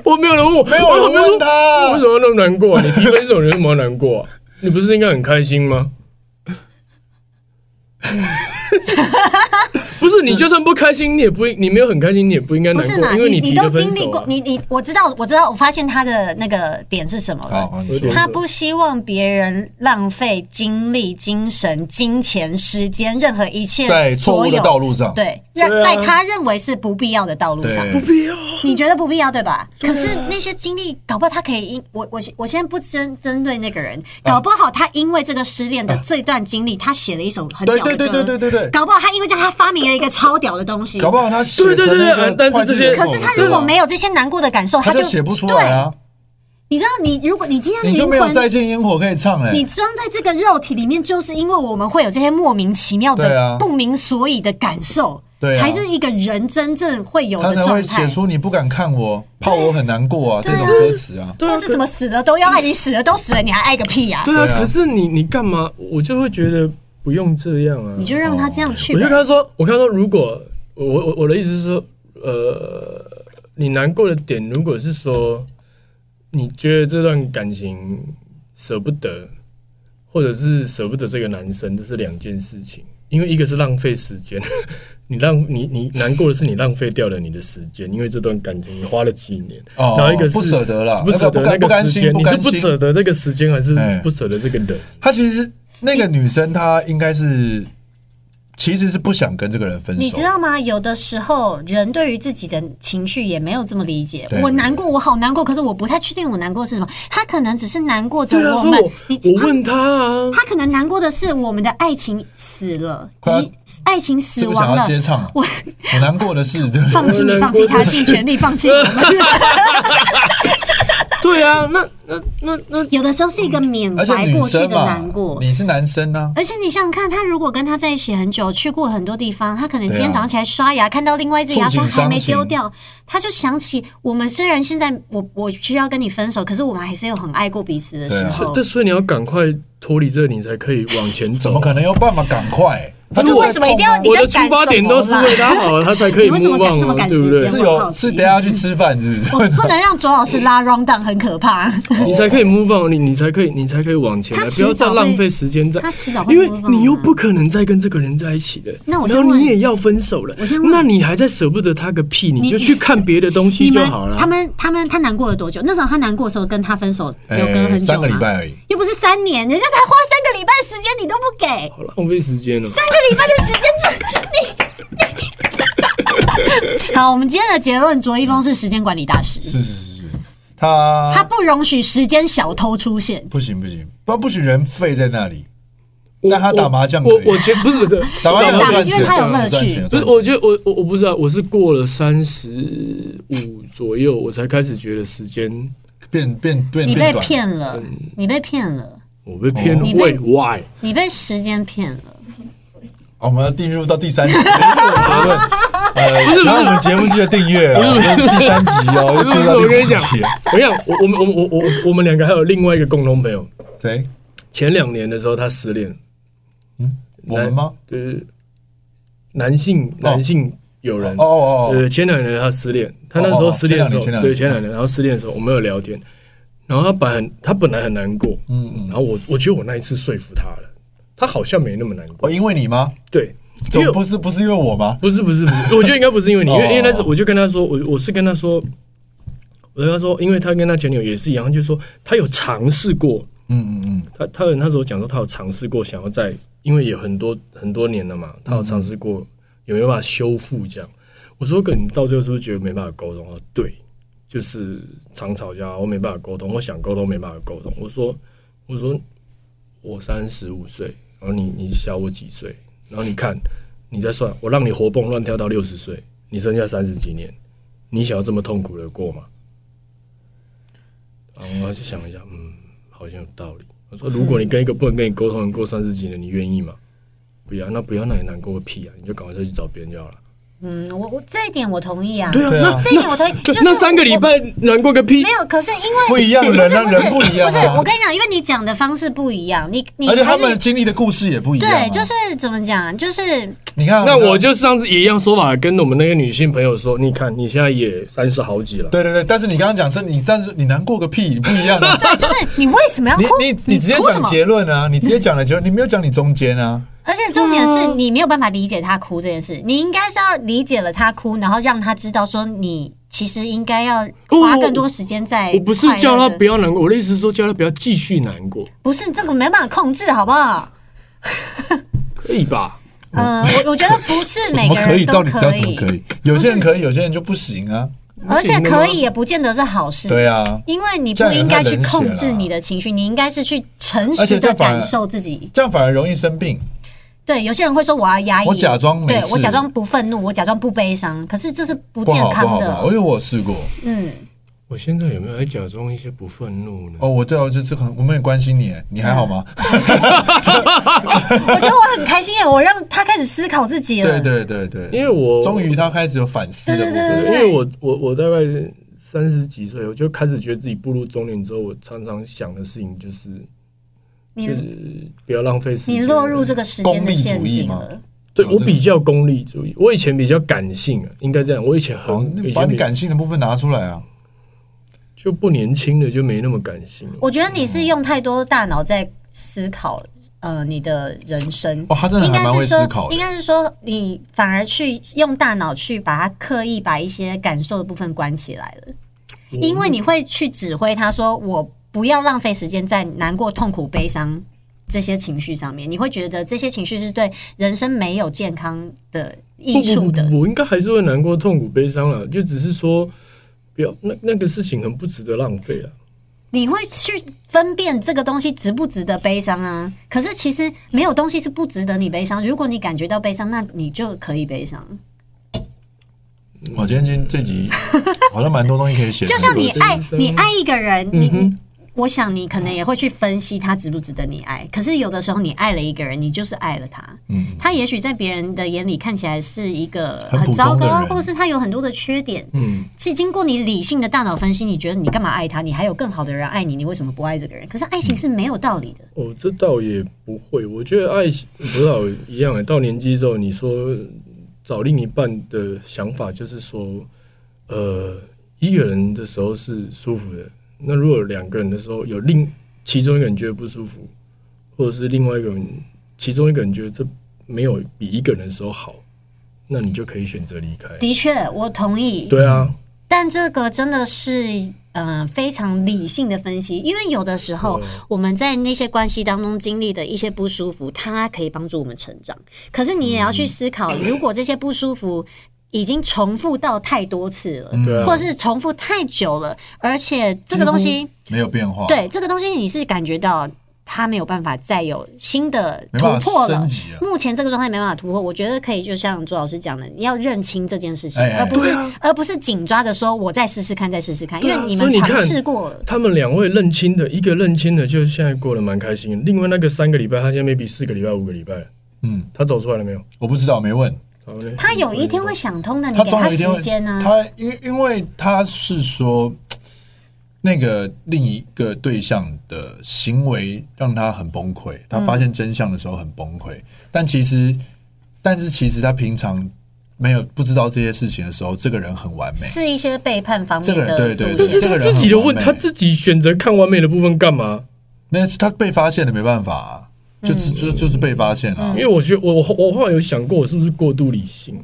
Speaker 2: 我没有人问我，
Speaker 4: 没有人 问他
Speaker 2: 我为什么要那么难过啊、你提分手，你为什么要难过、啊？ 你不是应该很开心吗？ 不是，你就算不开心，你也不应，你没有很开心，你也不应该
Speaker 1: 不
Speaker 2: 难
Speaker 1: 是
Speaker 2: 过，
Speaker 1: 嘛？
Speaker 2: 因为
Speaker 1: 你
Speaker 2: 提
Speaker 1: 都
Speaker 2: 了分
Speaker 1: 经历
Speaker 2: 手、
Speaker 1: 过
Speaker 2: 啊，。
Speaker 1: 你你我知道我知道，我发现他的那个点是什么了。
Speaker 4: 好，你说
Speaker 1: 他不希望别人浪费精力、精神、金钱、时间，任何一切
Speaker 4: 在错误的道路上
Speaker 1: 所有，对，让
Speaker 2: 对啊
Speaker 1: 在他认为是不必要的道路上，
Speaker 4: 对
Speaker 2: 不啊要。
Speaker 1: 你觉得不必要对吧？可是那些经历，搞不好他可以因我我我现在不针针对那个人，
Speaker 4: 啊
Speaker 1: 搞不好他因为这个失恋的这段经历，他写了一首很屌
Speaker 4: 对
Speaker 1: 的歌，
Speaker 4: 对对对对对对，
Speaker 1: 搞不好他因为这样，他发明了一个超屌的东西，
Speaker 4: 搞不好他写
Speaker 2: 对对
Speaker 4: 成
Speaker 2: 对
Speaker 4: 那
Speaker 2: 对
Speaker 4: 个
Speaker 2: 但是
Speaker 4: 会计
Speaker 2: 这些
Speaker 4: 人
Speaker 1: 可
Speaker 4: 物
Speaker 1: 是他如果没有这些难过的感受，
Speaker 4: 他
Speaker 1: 哦就
Speaker 4: 就写不出来啊，
Speaker 1: 对你知道，你如果你今
Speaker 4: 你
Speaker 1: 天
Speaker 4: 就没
Speaker 1: 灵
Speaker 4: 有再
Speaker 1: 魂，
Speaker 4: 见烟火可以唱哎
Speaker 1: 你。装在这个肉体里面，就是因为我们会有这些莫名其妙
Speaker 4: 对
Speaker 1: 的、
Speaker 4: 啊
Speaker 1: 不明所以的感受，
Speaker 4: 对啊
Speaker 1: 才是一个人真正会有
Speaker 4: 他
Speaker 1: 的
Speaker 4: 才
Speaker 1: 状
Speaker 4: 会
Speaker 1: 态
Speaker 4: 写。出“你不敢看我，怕我很难过啊”这种歌词啊。
Speaker 2: 对啊
Speaker 1: 或是什么死了都要爱你，死了都死了，你还爱个屁呀、
Speaker 2: 对啊
Speaker 4: 对，啊
Speaker 2: 可是你你干嘛？我就会觉得不用这样啊。
Speaker 1: 你就让
Speaker 4: 哦
Speaker 1: 他这样去
Speaker 2: 我就跟
Speaker 1: 呗。
Speaker 2: 他说，我跟他说，如果我我我的意思是说，呃，你难过的点，如果是说你觉得这段感情舍不得，或者是舍不得这个男生，这是两件事情，因为一个是浪费时间。 你浪你你难过的是你浪费掉了你的时间，因为这段感情你花了几年，
Speaker 4: 哦
Speaker 2: 然后一个是
Speaker 4: 不舍得啦
Speaker 2: 不舍得那
Speaker 4: 那个不甘
Speaker 2: 个时
Speaker 4: 心
Speaker 2: 间，
Speaker 4: 不
Speaker 2: 你
Speaker 4: 甘
Speaker 2: 是不
Speaker 4: 心
Speaker 2: 舍得这个时间，还是
Speaker 4: 哎
Speaker 2: 不舍得这个人？
Speaker 4: 他其实那个女生，她应该是其实是不想跟这个人分手。
Speaker 1: 你知道吗？有的时候人对于自己的情绪也没有这么理解
Speaker 4: 对。
Speaker 1: 我难过，我好难过，可是我不太确定我难过是什么。他可能只是难过着
Speaker 2: 对啊，
Speaker 1: 我
Speaker 2: 所
Speaker 1: 们
Speaker 2: 以，
Speaker 1: 你
Speaker 2: 我我问他啊，
Speaker 1: 他可能难过的是我们的爱情死了，
Speaker 4: 快要
Speaker 1: 你爱情死
Speaker 4: 是不是想
Speaker 1: 亡
Speaker 4: 要
Speaker 1: 了
Speaker 4: 接，唱？啊
Speaker 1: 我
Speaker 4: 我难过的是，对不对
Speaker 1: 放弃你，放弃他，尽全力放弃我们。
Speaker 2: 对啊，那那那那
Speaker 1: 有的时候是一个缅
Speaker 4: 而且
Speaker 1: 怀
Speaker 4: 女
Speaker 1: 过去
Speaker 4: 生
Speaker 1: 的
Speaker 4: 嘛
Speaker 1: 难，过。
Speaker 4: 你是男生啊呢、
Speaker 1: 而且你想想看，他如果跟他在一起很久，去过很多地方，他可能今
Speaker 4: 对
Speaker 1: 天
Speaker 4: 啊
Speaker 1: 早上起来刷牙，看到另外一只牙刷
Speaker 4: 触景伤
Speaker 1: 还没
Speaker 4: 情
Speaker 1: 丢掉，他就想起我们虽然现在我我需要跟你分手，可是我们还是有很爱过彼此的
Speaker 4: 对
Speaker 1: 时
Speaker 4: 啊
Speaker 1: 候
Speaker 2: 但。所以你要赶快脱离这里，你才可以往前走。
Speaker 4: 怎么可能有办法赶快？
Speaker 1: 可是
Speaker 4: 他
Speaker 1: 为什么一定要你
Speaker 2: 我
Speaker 1: 在
Speaker 2: 的出
Speaker 1: 赶
Speaker 2: 发
Speaker 1: 什
Speaker 2: 点
Speaker 1: 么
Speaker 2: 都是
Speaker 1: 啦？
Speaker 2: 为他好，他才可以
Speaker 1: 你为什么
Speaker 2: 目望
Speaker 1: 那么
Speaker 2: 啊，
Speaker 1: 赶
Speaker 2: 对不
Speaker 1: 时
Speaker 2: 对
Speaker 1: 间？哦
Speaker 4: 是有是等一下要去吃饭是不是？
Speaker 1: 我 不能让左老师拉 round down，很可怕。
Speaker 2: 你才可以 move on，你你才可以，你才可以往前来，啊
Speaker 1: 他
Speaker 2: 不
Speaker 1: 迟
Speaker 2: 要
Speaker 1: 早
Speaker 2: 再
Speaker 1: 会
Speaker 2: 浪费时间在
Speaker 1: 他迟早，会
Speaker 2: 因为
Speaker 1: move on 啊
Speaker 2: 你又不可能再跟这个人在一起的。
Speaker 1: 那我先
Speaker 2: 然后
Speaker 1: 问
Speaker 2: 你也要分手了
Speaker 1: 我先，问
Speaker 2: 那你还在舍不得他个屁？你
Speaker 1: 你
Speaker 2: 就去看别的东西
Speaker 1: 你
Speaker 2: 就
Speaker 1: 们
Speaker 2: 好了
Speaker 1: 他。们他们他难过了多久？那时候他难过的时候，跟他分手有隔很久吗？
Speaker 4: 哎三个礼拜而已。
Speaker 1: 又不是三年，人家才花三个礼拜时间，你都不给，三
Speaker 2: 好了，浪费时间了。
Speaker 1: 个礼拜的时间就你。 好，我们今天的结论，卓一峰是时间管理大师，
Speaker 4: 是是是是，他
Speaker 1: 他不容许时间小偷出现。
Speaker 4: 不行不行，不然不许人废在那里。
Speaker 2: 我
Speaker 4: 但他打麻将
Speaker 2: 我
Speaker 4: 可以
Speaker 2: 我觉得不是不是
Speaker 4: 打麻将
Speaker 1: 对
Speaker 4: 有赚
Speaker 1: 打因为
Speaker 4: 钱，
Speaker 1: 他有乐趣
Speaker 4: 赚钱有赚钱
Speaker 2: 不是，我觉得我我我不知道，我是过了三十五左右，我才开始觉得时间
Speaker 4: 变变变
Speaker 1: 你被
Speaker 4: 变短
Speaker 1: 骗了，
Speaker 4: 嗯
Speaker 1: 你被骗了，
Speaker 2: 我被骗
Speaker 4: 哦
Speaker 1: 你
Speaker 2: 为
Speaker 1: 被
Speaker 2: why？
Speaker 1: 你被时间骗了。
Speaker 4: 我们要进入到第三集，结论。呃，
Speaker 2: 不是
Speaker 4: 喜欢我们节目记得订阅哦，这是第三集哦，又
Speaker 2: 不
Speaker 4: 进
Speaker 2: 是
Speaker 4: 入
Speaker 2: 不是，
Speaker 4: 到第
Speaker 2: 我跟你讲
Speaker 4: 三集。，
Speaker 2: 我讲，我我们我们我我我们两个还有另外一个共同朋友，
Speaker 4: 谁？
Speaker 2: 前两年的时候他失恋，
Speaker 4: 我们吗？
Speaker 2: 就是男性男性有人
Speaker 4: 哦哦哦，
Speaker 2: 呃，前两年他失恋，他那时
Speaker 4: 哦哦
Speaker 2: 候
Speaker 4: 哦
Speaker 2: 失恋的时候，
Speaker 4: 前两年
Speaker 2: 对，
Speaker 4: 前
Speaker 2: 前两年，然后失恋的时候，我们有聊天，然后他本来他本来很难过，
Speaker 4: 嗯嗯
Speaker 2: 然后我我觉得我那一次说服他了，他好像没那么难过，
Speaker 4: 哦，因为你吗？
Speaker 2: 对，因
Speaker 4: 总
Speaker 2: 为
Speaker 4: 不是不是因为我吗？
Speaker 2: 不是不是不是，我觉得应该不是因为你，因为
Speaker 4: 哦
Speaker 2: 因为那次我就跟他说，我我是跟他说，我跟他说，因为他跟他前女友也是一样，就是说他有尝试过，
Speaker 4: 嗯嗯嗯，
Speaker 2: 他他有那时候讲说他有尝试过想要在，因为有很多很多年了嘛，他有尝试过有没有办法修复这样。我说跟你到最后是不是觉得没办法沟通？他说对，就是常吵架，我没办法沟通，我想沟通没办法沟通。我说我说我三十五岁，然后你你小我几岁，然后你看你再算，我让你活蹦乱跳到六十岁，你剩下三十几年，你想要这么痛苦的过吗？然啊后我就想了一下，嗯，好像有道理。我说，如果你跟一个不能跟你沟通的人过三十几年，你愿意吗？不要，那不要，那你难过个屁啊！你就赶快再去找别人就好了。
Speaker 1: 嗯，我我这一点我同意啊，
Speaker 2: 对啊，
Speaker 4: 对啊
Speaker 2: 那
Speaker 1: 这一点我同意。就是
Speaker 2: 那三个礼
Speaker 1: 我
Speaker 2: 拜难过个屁
Speaker 1: 没。有，可是因为
Speaker 4: 不一样人啊
Speaker 1: 不是
Speaker 4: 人不一样啊
Speaker 1: 不是，我跟你讲，因为你讲的方式不一样，你你
Speaker 4: 而且他
Speaker 1: 还是
Speaker 4: 们经历的故事也不一样啊。
Speaker 1: 对，就是怎么讲，就是
Speaker 4: 你看啊，
Speaker 2: 那
Speaker 4: 你看啊
Speaker 2: 我就上次也一样说法，跟我们那个女性朋友说，你看你现在也三十好几了，
Speaker 4: 对对对，但是你刚刚讲是你但是你难过个屁，不一样啊。
Speaker 1: 对，就是你为什么要
Speaker 4: 你
Speaker 1: 哭？
Speaker 4: 你你直接
Speaker 1: 哭什
Speaker 4: 讲
Speaker 1: 么？
Speaker 4: 结论啊，你直接讲了结论，你没有讲你中间啊。
Speaker 1: 而且重点是你没有办法理解他哭这件事，你应该是要理解了他哭，然后让他知道说你其实应该要花更多时间在
Speaker 2: 我不是叫
Speaker 1: 快乐
Speaker 2: 她
Speaker 1: 的
Speaker 2: 不要难过，我的意思是说叫她不要继续难过，
Speaker 1: 不是这个没办法控制，好不好？
Speaker 2: 可以吧？
Speaker 1: 嗯，我我觉得不是
Speaker 4: 怎
Speaker 1: 每
Speaker 4: 么
Speaker 1: 个
Speaker 4: 哦可以？
Speaker 1: 人
Speaker 4: 到
Speaker 1: 都
Speaker 4: 底知道怎么可 以？有些人可以，有些人就不行啊。
Speaker 1: 而且
Speaker 2: 不行的吗
Speaker 1: 可以也不见得是好事。
Speaker 4: 对啊，
Speaker 1: 因为你不应该去控制你的情绪，你应该是去诚
Speaker 4: 而
Speaker 1: 实
Speaker 4: 且这
Speaker 1: 的
Speaker 4: 反而
Speaker 1: 感受自己。
Speaker 4: 这样反而容易生病。
Speaker 1: 对，有些人会说我要压抑，
Speaker 4: 我假装没
Speaker 1: 对
Speaker 4: 事
Speaker 1: 我假装不愤怒，我假装不悲伤，可是这是不
Speaker 4: 不
Speaker 1: 健
Speaker 4: 好不
Speaker 1: 康
Speaker 4: 好不好，
Speaker 1: 的。
Speaker 4: 因为我有试过
Speaker 1: 嗯，
Speaker 2: 我现在有没有在假装一些不愤怒呢？
Speaker 4: 哦，我对啊，我就这个我们很关心你，你还好 吗？
Speaker 1: 我觉得我很开心耶，我让他开始思考自己了。
Speaker 4: 对对对对，
Speaker 2: 因为我
Speaker 4: 终于他开始有反思的部
Speaker 1: 对
Speaker 4: 分。
Speaker 2: 因为我我我大概三十几岁，我就开始觉得自己步入中年之后，我常常想的事情就是
Speaker 1: 你
Speaker 2: 不要浪费时间。
Speaker 1: 你落入这个时间的陷
Speaker 4: 功利主义
Speaker 1: 阱
Speaker 4: 吗
Speaker 1: 了。
Speaker 2: 对我比较功利主义，我以前比较感性啊，应该这样。我以前
Speaker 4: 好，
Speaker 2: 很
Speaker 4: 哦那
Speaker 2: 以
Speaker 4: 把
Speaker 2: 前
Speaker 4: 你
Speaker 2: 比
Speaker 4: 感性的部分拿出来啊。
Speaker 2: 就不年轻了，就没那么感性了。
Speaker 1: 我觉得你是用太多大脑在思考，呃，你的人生。
Speaker 4: 哦他真的还
Speaker 1: 应该
Speaker 4: 蛮会
Speaker 1: 是
Speaker 4: 思考
Speaker 1: 说，
Speaker 4: 的
Speaker 1: 应该是说，你反而去用大脑去把它刻意把一些感受的部分关起来了，
Speaker 4: 哦
Speaker 1: 因为你会去指挥他说，我不要浪费时间在难过、痛苦、悲伤。这些情绪上面，你会觉得这些情绪是对人生没有健康的益
Speaker 2: 不
Speaker 1: 处
Speaker 2: 不
Speaker 1: 的。
Speaker 2: 不，我应该还是会难过、痛苦、悲伤了，就只是说。不要，那那个事情很不值得浪费啊了。
Speaker 1: 你会去分辨这个东西值不值得悲伤啊？可是其实没有东西是不值得你悲伤。如果你感觉到悲伤，那你就可以悲伤。
Speaker 2: 嗯
Speaker 4: 我哦今天今天这集好像蛮多东西可以写的。
Speaker 1: 就像你爱
Speaker 2: 悲伤
Speaker 1: 你爱一个人，
Speaker 4: 嗯
Speaker 1: 你你，我想你可能也会去分析他值不值得你爱。可是有的时候你爱了一个人，你就是爱了他。
Speaker 4: 嗯，
Speaker 1: 他也许在别人的眼里看起来是一个
Speaker 4: 很普
Speaker 1: 很
Speaker 4: 通的
Speaker 1: 糟糕，啊
Speaker 4: 人
Speaker 1: 或是他有很多的缺点。
Speaker 4: 嗯，
Speaker 1: 是经过你理性的大脑分析，你觉得你干嘛爱他？你还有更好的人爱你，你为什么不爱这个人？可是爱情是没有道理的。
Speaker 2: 哦，这倒也不会。我觉得爱情不知道一样欸到年纪之后，你说找另一半的想法就是说，呃，一个人的时候是舒服的。那如果两个人的时候有另其中一个人觉得不舒服，或者是另外一个人其中一个人觉得这没有比一个人的时候好，那你就可以选择离开。
Speaker 1: 的确，我同意。
Speaker 2: 对啊，
Speaker 1: 但这个真的是。嗯、非常理性的分析，因为有的时候我们在那些关系当中经历的一些不舒服，它可以帮助我们成长。可是你也要去思考，如果这些不舒服已经重复到太多次了，
Speaker 2: 对啊
Speaker 1: 或是重复太久了，而且这个东西，
Speaker 4: 没有变化，，
Speaker 1: 对这个东西你是感觉到它没有办法再有新的
Speaker 4: 没
Speaker 1: 突
Speaker 4: 办
Speaker 1: 破
Speaker 4: 法
Speaker 1: 了
Speaker 4: 升。级啊。
Speaker 1: 目前这个状态没办法突破，我觉得可以，就像朱老师讲的，你要认清这件事情，
Speaker 4: 哎哎
Speaker 1: 而不是、
Speaker 2: 对啊
Speaker 1: 而不是紧抓着说我再试试看，再试试看，因
Speaker 2: 对啊
Speaker 1: 为你
Speaker 2: 所
Speaker 1: 们
Speaker 2: 以你
Speaker 1: 尝
Speaker 2: 看
Speaker 1: 试过了。
Speaker 2: 他们两位认亲的，一个认亲的就现在过得蛮开心的，另外那个三个礼拜，他现在 maybe 四个礼拜、五个礼拜了，
Speaker 4: 嗯，
Speaker 2: 他走出来了没有？
Speaker 4: 我不知道，没问。
Speaker 2: 好嘞
Speaker 1: 他有一天会想通的，你
Speaker 4: 他
Speaker 1: 给
Speaker 4: 总有一
Speaker 1: 时
Speaker 4: 天会，
Speaker 1: 间呢、
Speaker 4: 他因为因为他是说，那个另一个对象的行为让他很崩溃，
Speaker 1: 嗯
Speaker 4: 他发现真相的时候很崩溃。但其实，但是其实他平常没有不知道这些事情的时候，这个人很完美。
Speaker 1: 是一些背叛方
Speaker 4: 这
Speaker 1: 面
Speaker 4: 个人
Speaker 1: 的
Speaker 4: 对对
Speaker 1: 路
Speaker 4: 对
Speaker 1: 线
Speaker 2: 是
Speaker 4: 这
Speaker 2: 他
Speaker 4: 个人
Speaker 2: 自己的
Speaker 4: 很完
Speaker 2: 问，
Speaker 4: 美
Speaker 2: 他自己选择看完美的部分干嘛？
Speaker 4: 那是他被发现了，没办法啊、就
Speaker 1: 嗯
Speaker 4: 就就就是被发现了、啊
Speaker 2: 因为我觉得我我我后来有想过，我是不是过度理性了、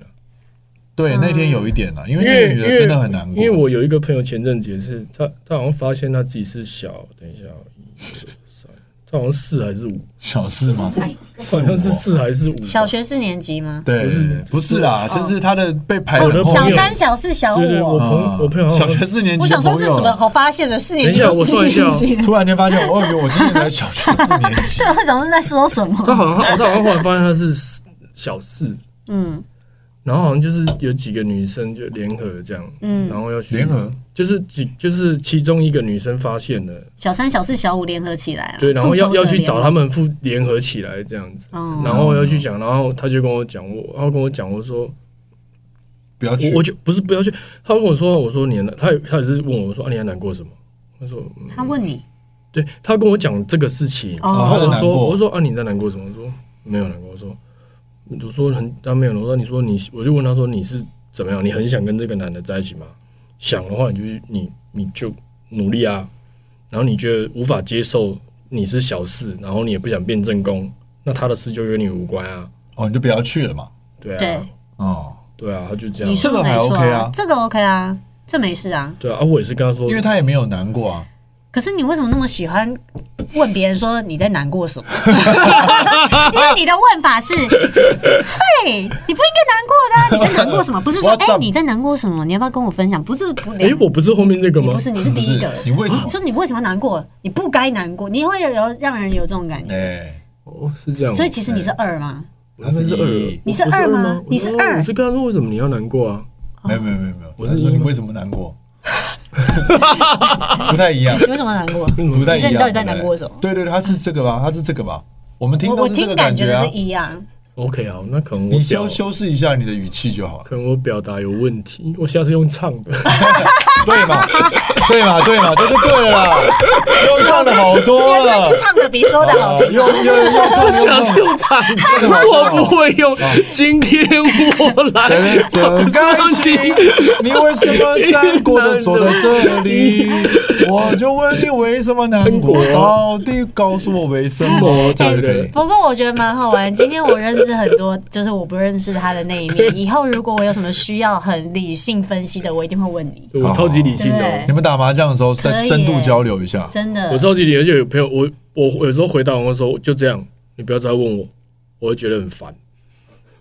Speaker 4: 对，那天有一点啊，因为
Speaker 2: 因
Speaker 4: 那个
Speaker 2: 为
Speaker 4: 女
Speaker 2: 因
Speaker 4: 的真的
Speaker 2: 为
Speaker 4: 很难
Speaker 2: 因
Speaker 4: 过。
Speaker 2: 为我有一个朋友前阵子也是，他他好像发现他自己是小，等一下哦，一二三，他好像四还是五，
Speaker 4: 小事吗？
Speaker 1: 哎
Speaker 2: 好像是
Speaker 4: 我
Speaker 2: 四还是五吧，
Speaker 1: 小学四年级吗？
Speaker 4: 对，不是啦，就是他的被排
Speaker 1: 哦
Speaker 4: 很后
Speaker 1: 小
Speaker 4: 面。
Speaker 1: 三、小四、小
Speaker 2: 对对，
Speaker 1: 五哦。
Speaker 2: 我朋
Speaker 4: 啊
Speaker 2: 我朋友好像
Speaker 4: 小学四年
Speaker 1: 我
Speaker 4: 级的
Speaker 1: 想说
Speaker 4: 朋
Speaker 1: 这
Speaker 4: 友
Speaker 1: 什么好发现的？四年级
Speaker 2: 等一下
Speaker 1: 就
Speaker 2: 我
Speaker 1: 四
Speaker 2: 算一下
Speaker 1: 年
Speaker 2: 哦
Speaker 1: 级，
Speaker 4: 突然间发现，哦，原来我今天才小学四年级
Speaker 1: 对，，我想说在说什么？
Speaker 2: 他好像他他好像后来发现他是小四，
Speaker 1: 嗯
Speaker 2: 然后好像就是有几个女生就联合这样，然
Speaker 1: 嗯，
Speaker 2: 后要去
Speaker 4: 联合，
Speaker 2: 就是几就是其中一个女生发现了，
Speaker 1: 小三、小四、小五联合起来了，啊
Speaker 2: 对，然后
Speaker 1: 复
Speaker 2: 要
Speaker 1: 仇者
Speaker 2: 要去
Speaker 1: 联
Speaker 2: 找
Speaker 1: 盟
Speaker 2: 他。们复联合起来这样子，
Speaker 1: 哦
Speaker 2: 然后要去讲，然后他就跟我讲，我他跟我讲，我说
Speaker 4: 不要去
Speaker 2: 我。我就不是不要去，他跟我说，我说你很难他也他也是问我说啊你还难过什么？他说嗯，
Speaker 1: 他问你
Speaker 2: 对他跟我讲这个事情，
Speaker 1: 哦
Speaker 2: 然后
Speaker 4: 他很
Speaker 2: 我
Speaker 4: 难
Speaker 2: 说
Speaker 4: 过
Speaker 2: 我说啊你在难过什么？我说没有难过，我说我说很他没有，我说你说你我就问他说你是怎么样？你很想跟这个男的在一起吗？想的话你就你你就努力啊，然后你觉得无法接受你是小事，然后你也不想变正宫，那他的事就跟你无关啊，
Speaker 4: 哦，你就不要去了嘛。
Speaker 2: 对啊，
Speaker 1: 对
Speaker 4: 哦，
Speaker 2: 对啊，他就这样
Speaker 1: 你
Speaker 2: 啊，
Speaker 1: 说
Speaker 4: 这个
Speaker 1: 没
Speaker 4: 还
Speaker 1: 错
Speaker 4: OK 啊
Speaker 1: 这个 OK 啊，这没事啊。
Speaker 2: 对啊，啊我也是跟他说，
Speaker 4: 因为他也没有难过啊。
Speaker 1: 可是你为什么那么喜欢问别人说你在难过什么？ 因为你的问法是，嘿，你不应该难过的、啊，你在难过什么？不 是说哎
Speaker 4: What's、up？
Speaker 1: 你在难过什么？你要不要跟我分享？不是不，
Speaker 2: 哎、我不是后面那个
Speaker 1: 你
Speaker 2: 吗
Speaker 1: 不？是，你是第一个
Speaker 4: 不。是你为什么
Speaker 1: 说你为什么难过？你不该难过，你会有让人有这种感觉。
Speaker 4: 哎，
Speaker 2: 哦，是这样吗。
Speaker 1: 所以其实你是二吗？
Speaker 2: 我应该是二，
Speaker 1: 你是
Speaker 2: 我
Speaker 1: 二吗
Speaker 2: 我
Speaker 1: 你是二
Speaker 2: 我是跟他说为什么你要难过啊？
Speaker 4: 没有没有没有没有，
Speaker 2: 我
Speaker 4: 我
Speaker 2: 是
Speaker 4: 是说你为什么难过？ 不太一样，
Speaker 1: 你为什么难过？
Speaker 4: 不太一
Speaker 1: 那
Speaker 4: 样。
Speaker 1: 你到底在难过什么
Speaker 4: 对对对，他是这个吧？他是这个吧？我们听
Speaker 1: 我
Speaker 4: 都
Speaker 1: 我
Speaker 4: 是这
Speaker 1: 听
Speaker 4: 个
Speaker 1: 感觉
Speaker 4: 觉
Speaker 1: 的
Speaker 4: 啊
Speaker 1: 是。一样。
Speaker 2: OK 好，那可能我
Speaker 4: 你
Speaker 2: 表
Speaker 4: 修修饰一下你的语气就好了，
Speaker 2: 可能我表达有问题，我下次用唱 的。
Speaker 4: 对嘛？ 对嘛？对嘛？这就对了啦，又唱了好 多
Speaker 1: 结
Speaker 4: 了
Speaker 1: 论是，唱的比说的好
Speaker 4: 哦
Speaker 1: 听。
Speaker 4: 又又又唱又
Speaker 2: 下
Speaker 4: 唱
Speaker 2: 次。用唱的，
Speaker 4: 哦
Speaker 2: 我不会用。今天我 来，
Speaker 4: 真开心，你为什么难过的坐在这 里？我就问你为什么难过，到底告诉我为什么？这样就可以。
Speaker 1: 不过我觉得蛮好玩。今天我认识很多，就是我不认识他的那一面。以后如果我有什么需要很理性分析的，我一定会问你。
Speaker 2: 我超级理性的
Speaker 1: 对
Speaker 2: 哦，
Speaker 4: 你们打麻将的时候再
Speaker 1: 可以耶
Speaker 4: 深度交流一下，
Speaker 1: 真的
Speaker 2: 我，超级理性，而且有朋友，我我我有时候回答完我说就这样，你不要再问我，我会觉得很烦。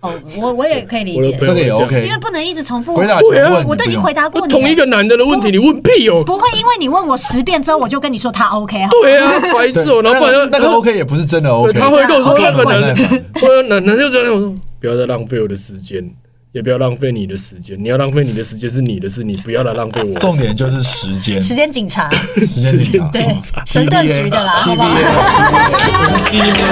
Speaker 1: 哦，我我也可以理
Speaker 2: 我的
Speaker 1: 解
Speaker 2: 朋，
Speaker 4: 这
Speaker 2: 友
Speaker 4: 个也
Speaker 2: 这样
Speaker 4: OK
Speaker 1: 因为。不能一直重复。
Speaker 4: 回答全
Speaker 2: 对啊
Speaker 4: 问，
Speaker 1: 我都已经回
Speaker 4: 答。
Speaker 1: 答过
Speaker 2: 我
Speaker 1: 你了，
Speaker 2: 同一个男的的问题，你问屁哦。
Speaker 1: 不会因为你问我十遍之后，我就跟你说他 OK 好吗。
Speaker 2: 对啊，白痴
Speaker 4: 对
Speaker 2: 哦，然后不然
Speaker 4: 那
Speaker 2: 就
Speaker 4: 个那个 OK 也不是真的
Speaker 2: 对
Speaker 4: OK，
Speaker 2: 他会跟我说
Speaker 4: 这
Speaker 2: 那
Speaker 4: 样
Speaker 2: 个
Speaker 4: 很
Speaker 2: 男
Speaker 4: 不耐烦，
Speaker 2: 对，男男就这样，我说不要再浪费我的时间，也不要浪费你的时间，你要浪费你的时间是你的事，你不要来浪费我的时间。
Speaker 4: 重点就是 时间，
Speaker 1: 时
Speaker 4: 时
Speaker 1: 间警察，
Speaker 4: 间警察。
Speaker 1: 对，神盾局的啦，好不好？
Speaker 4: TBA
Speaker 2: 是因为
Speaker 1: 哎哦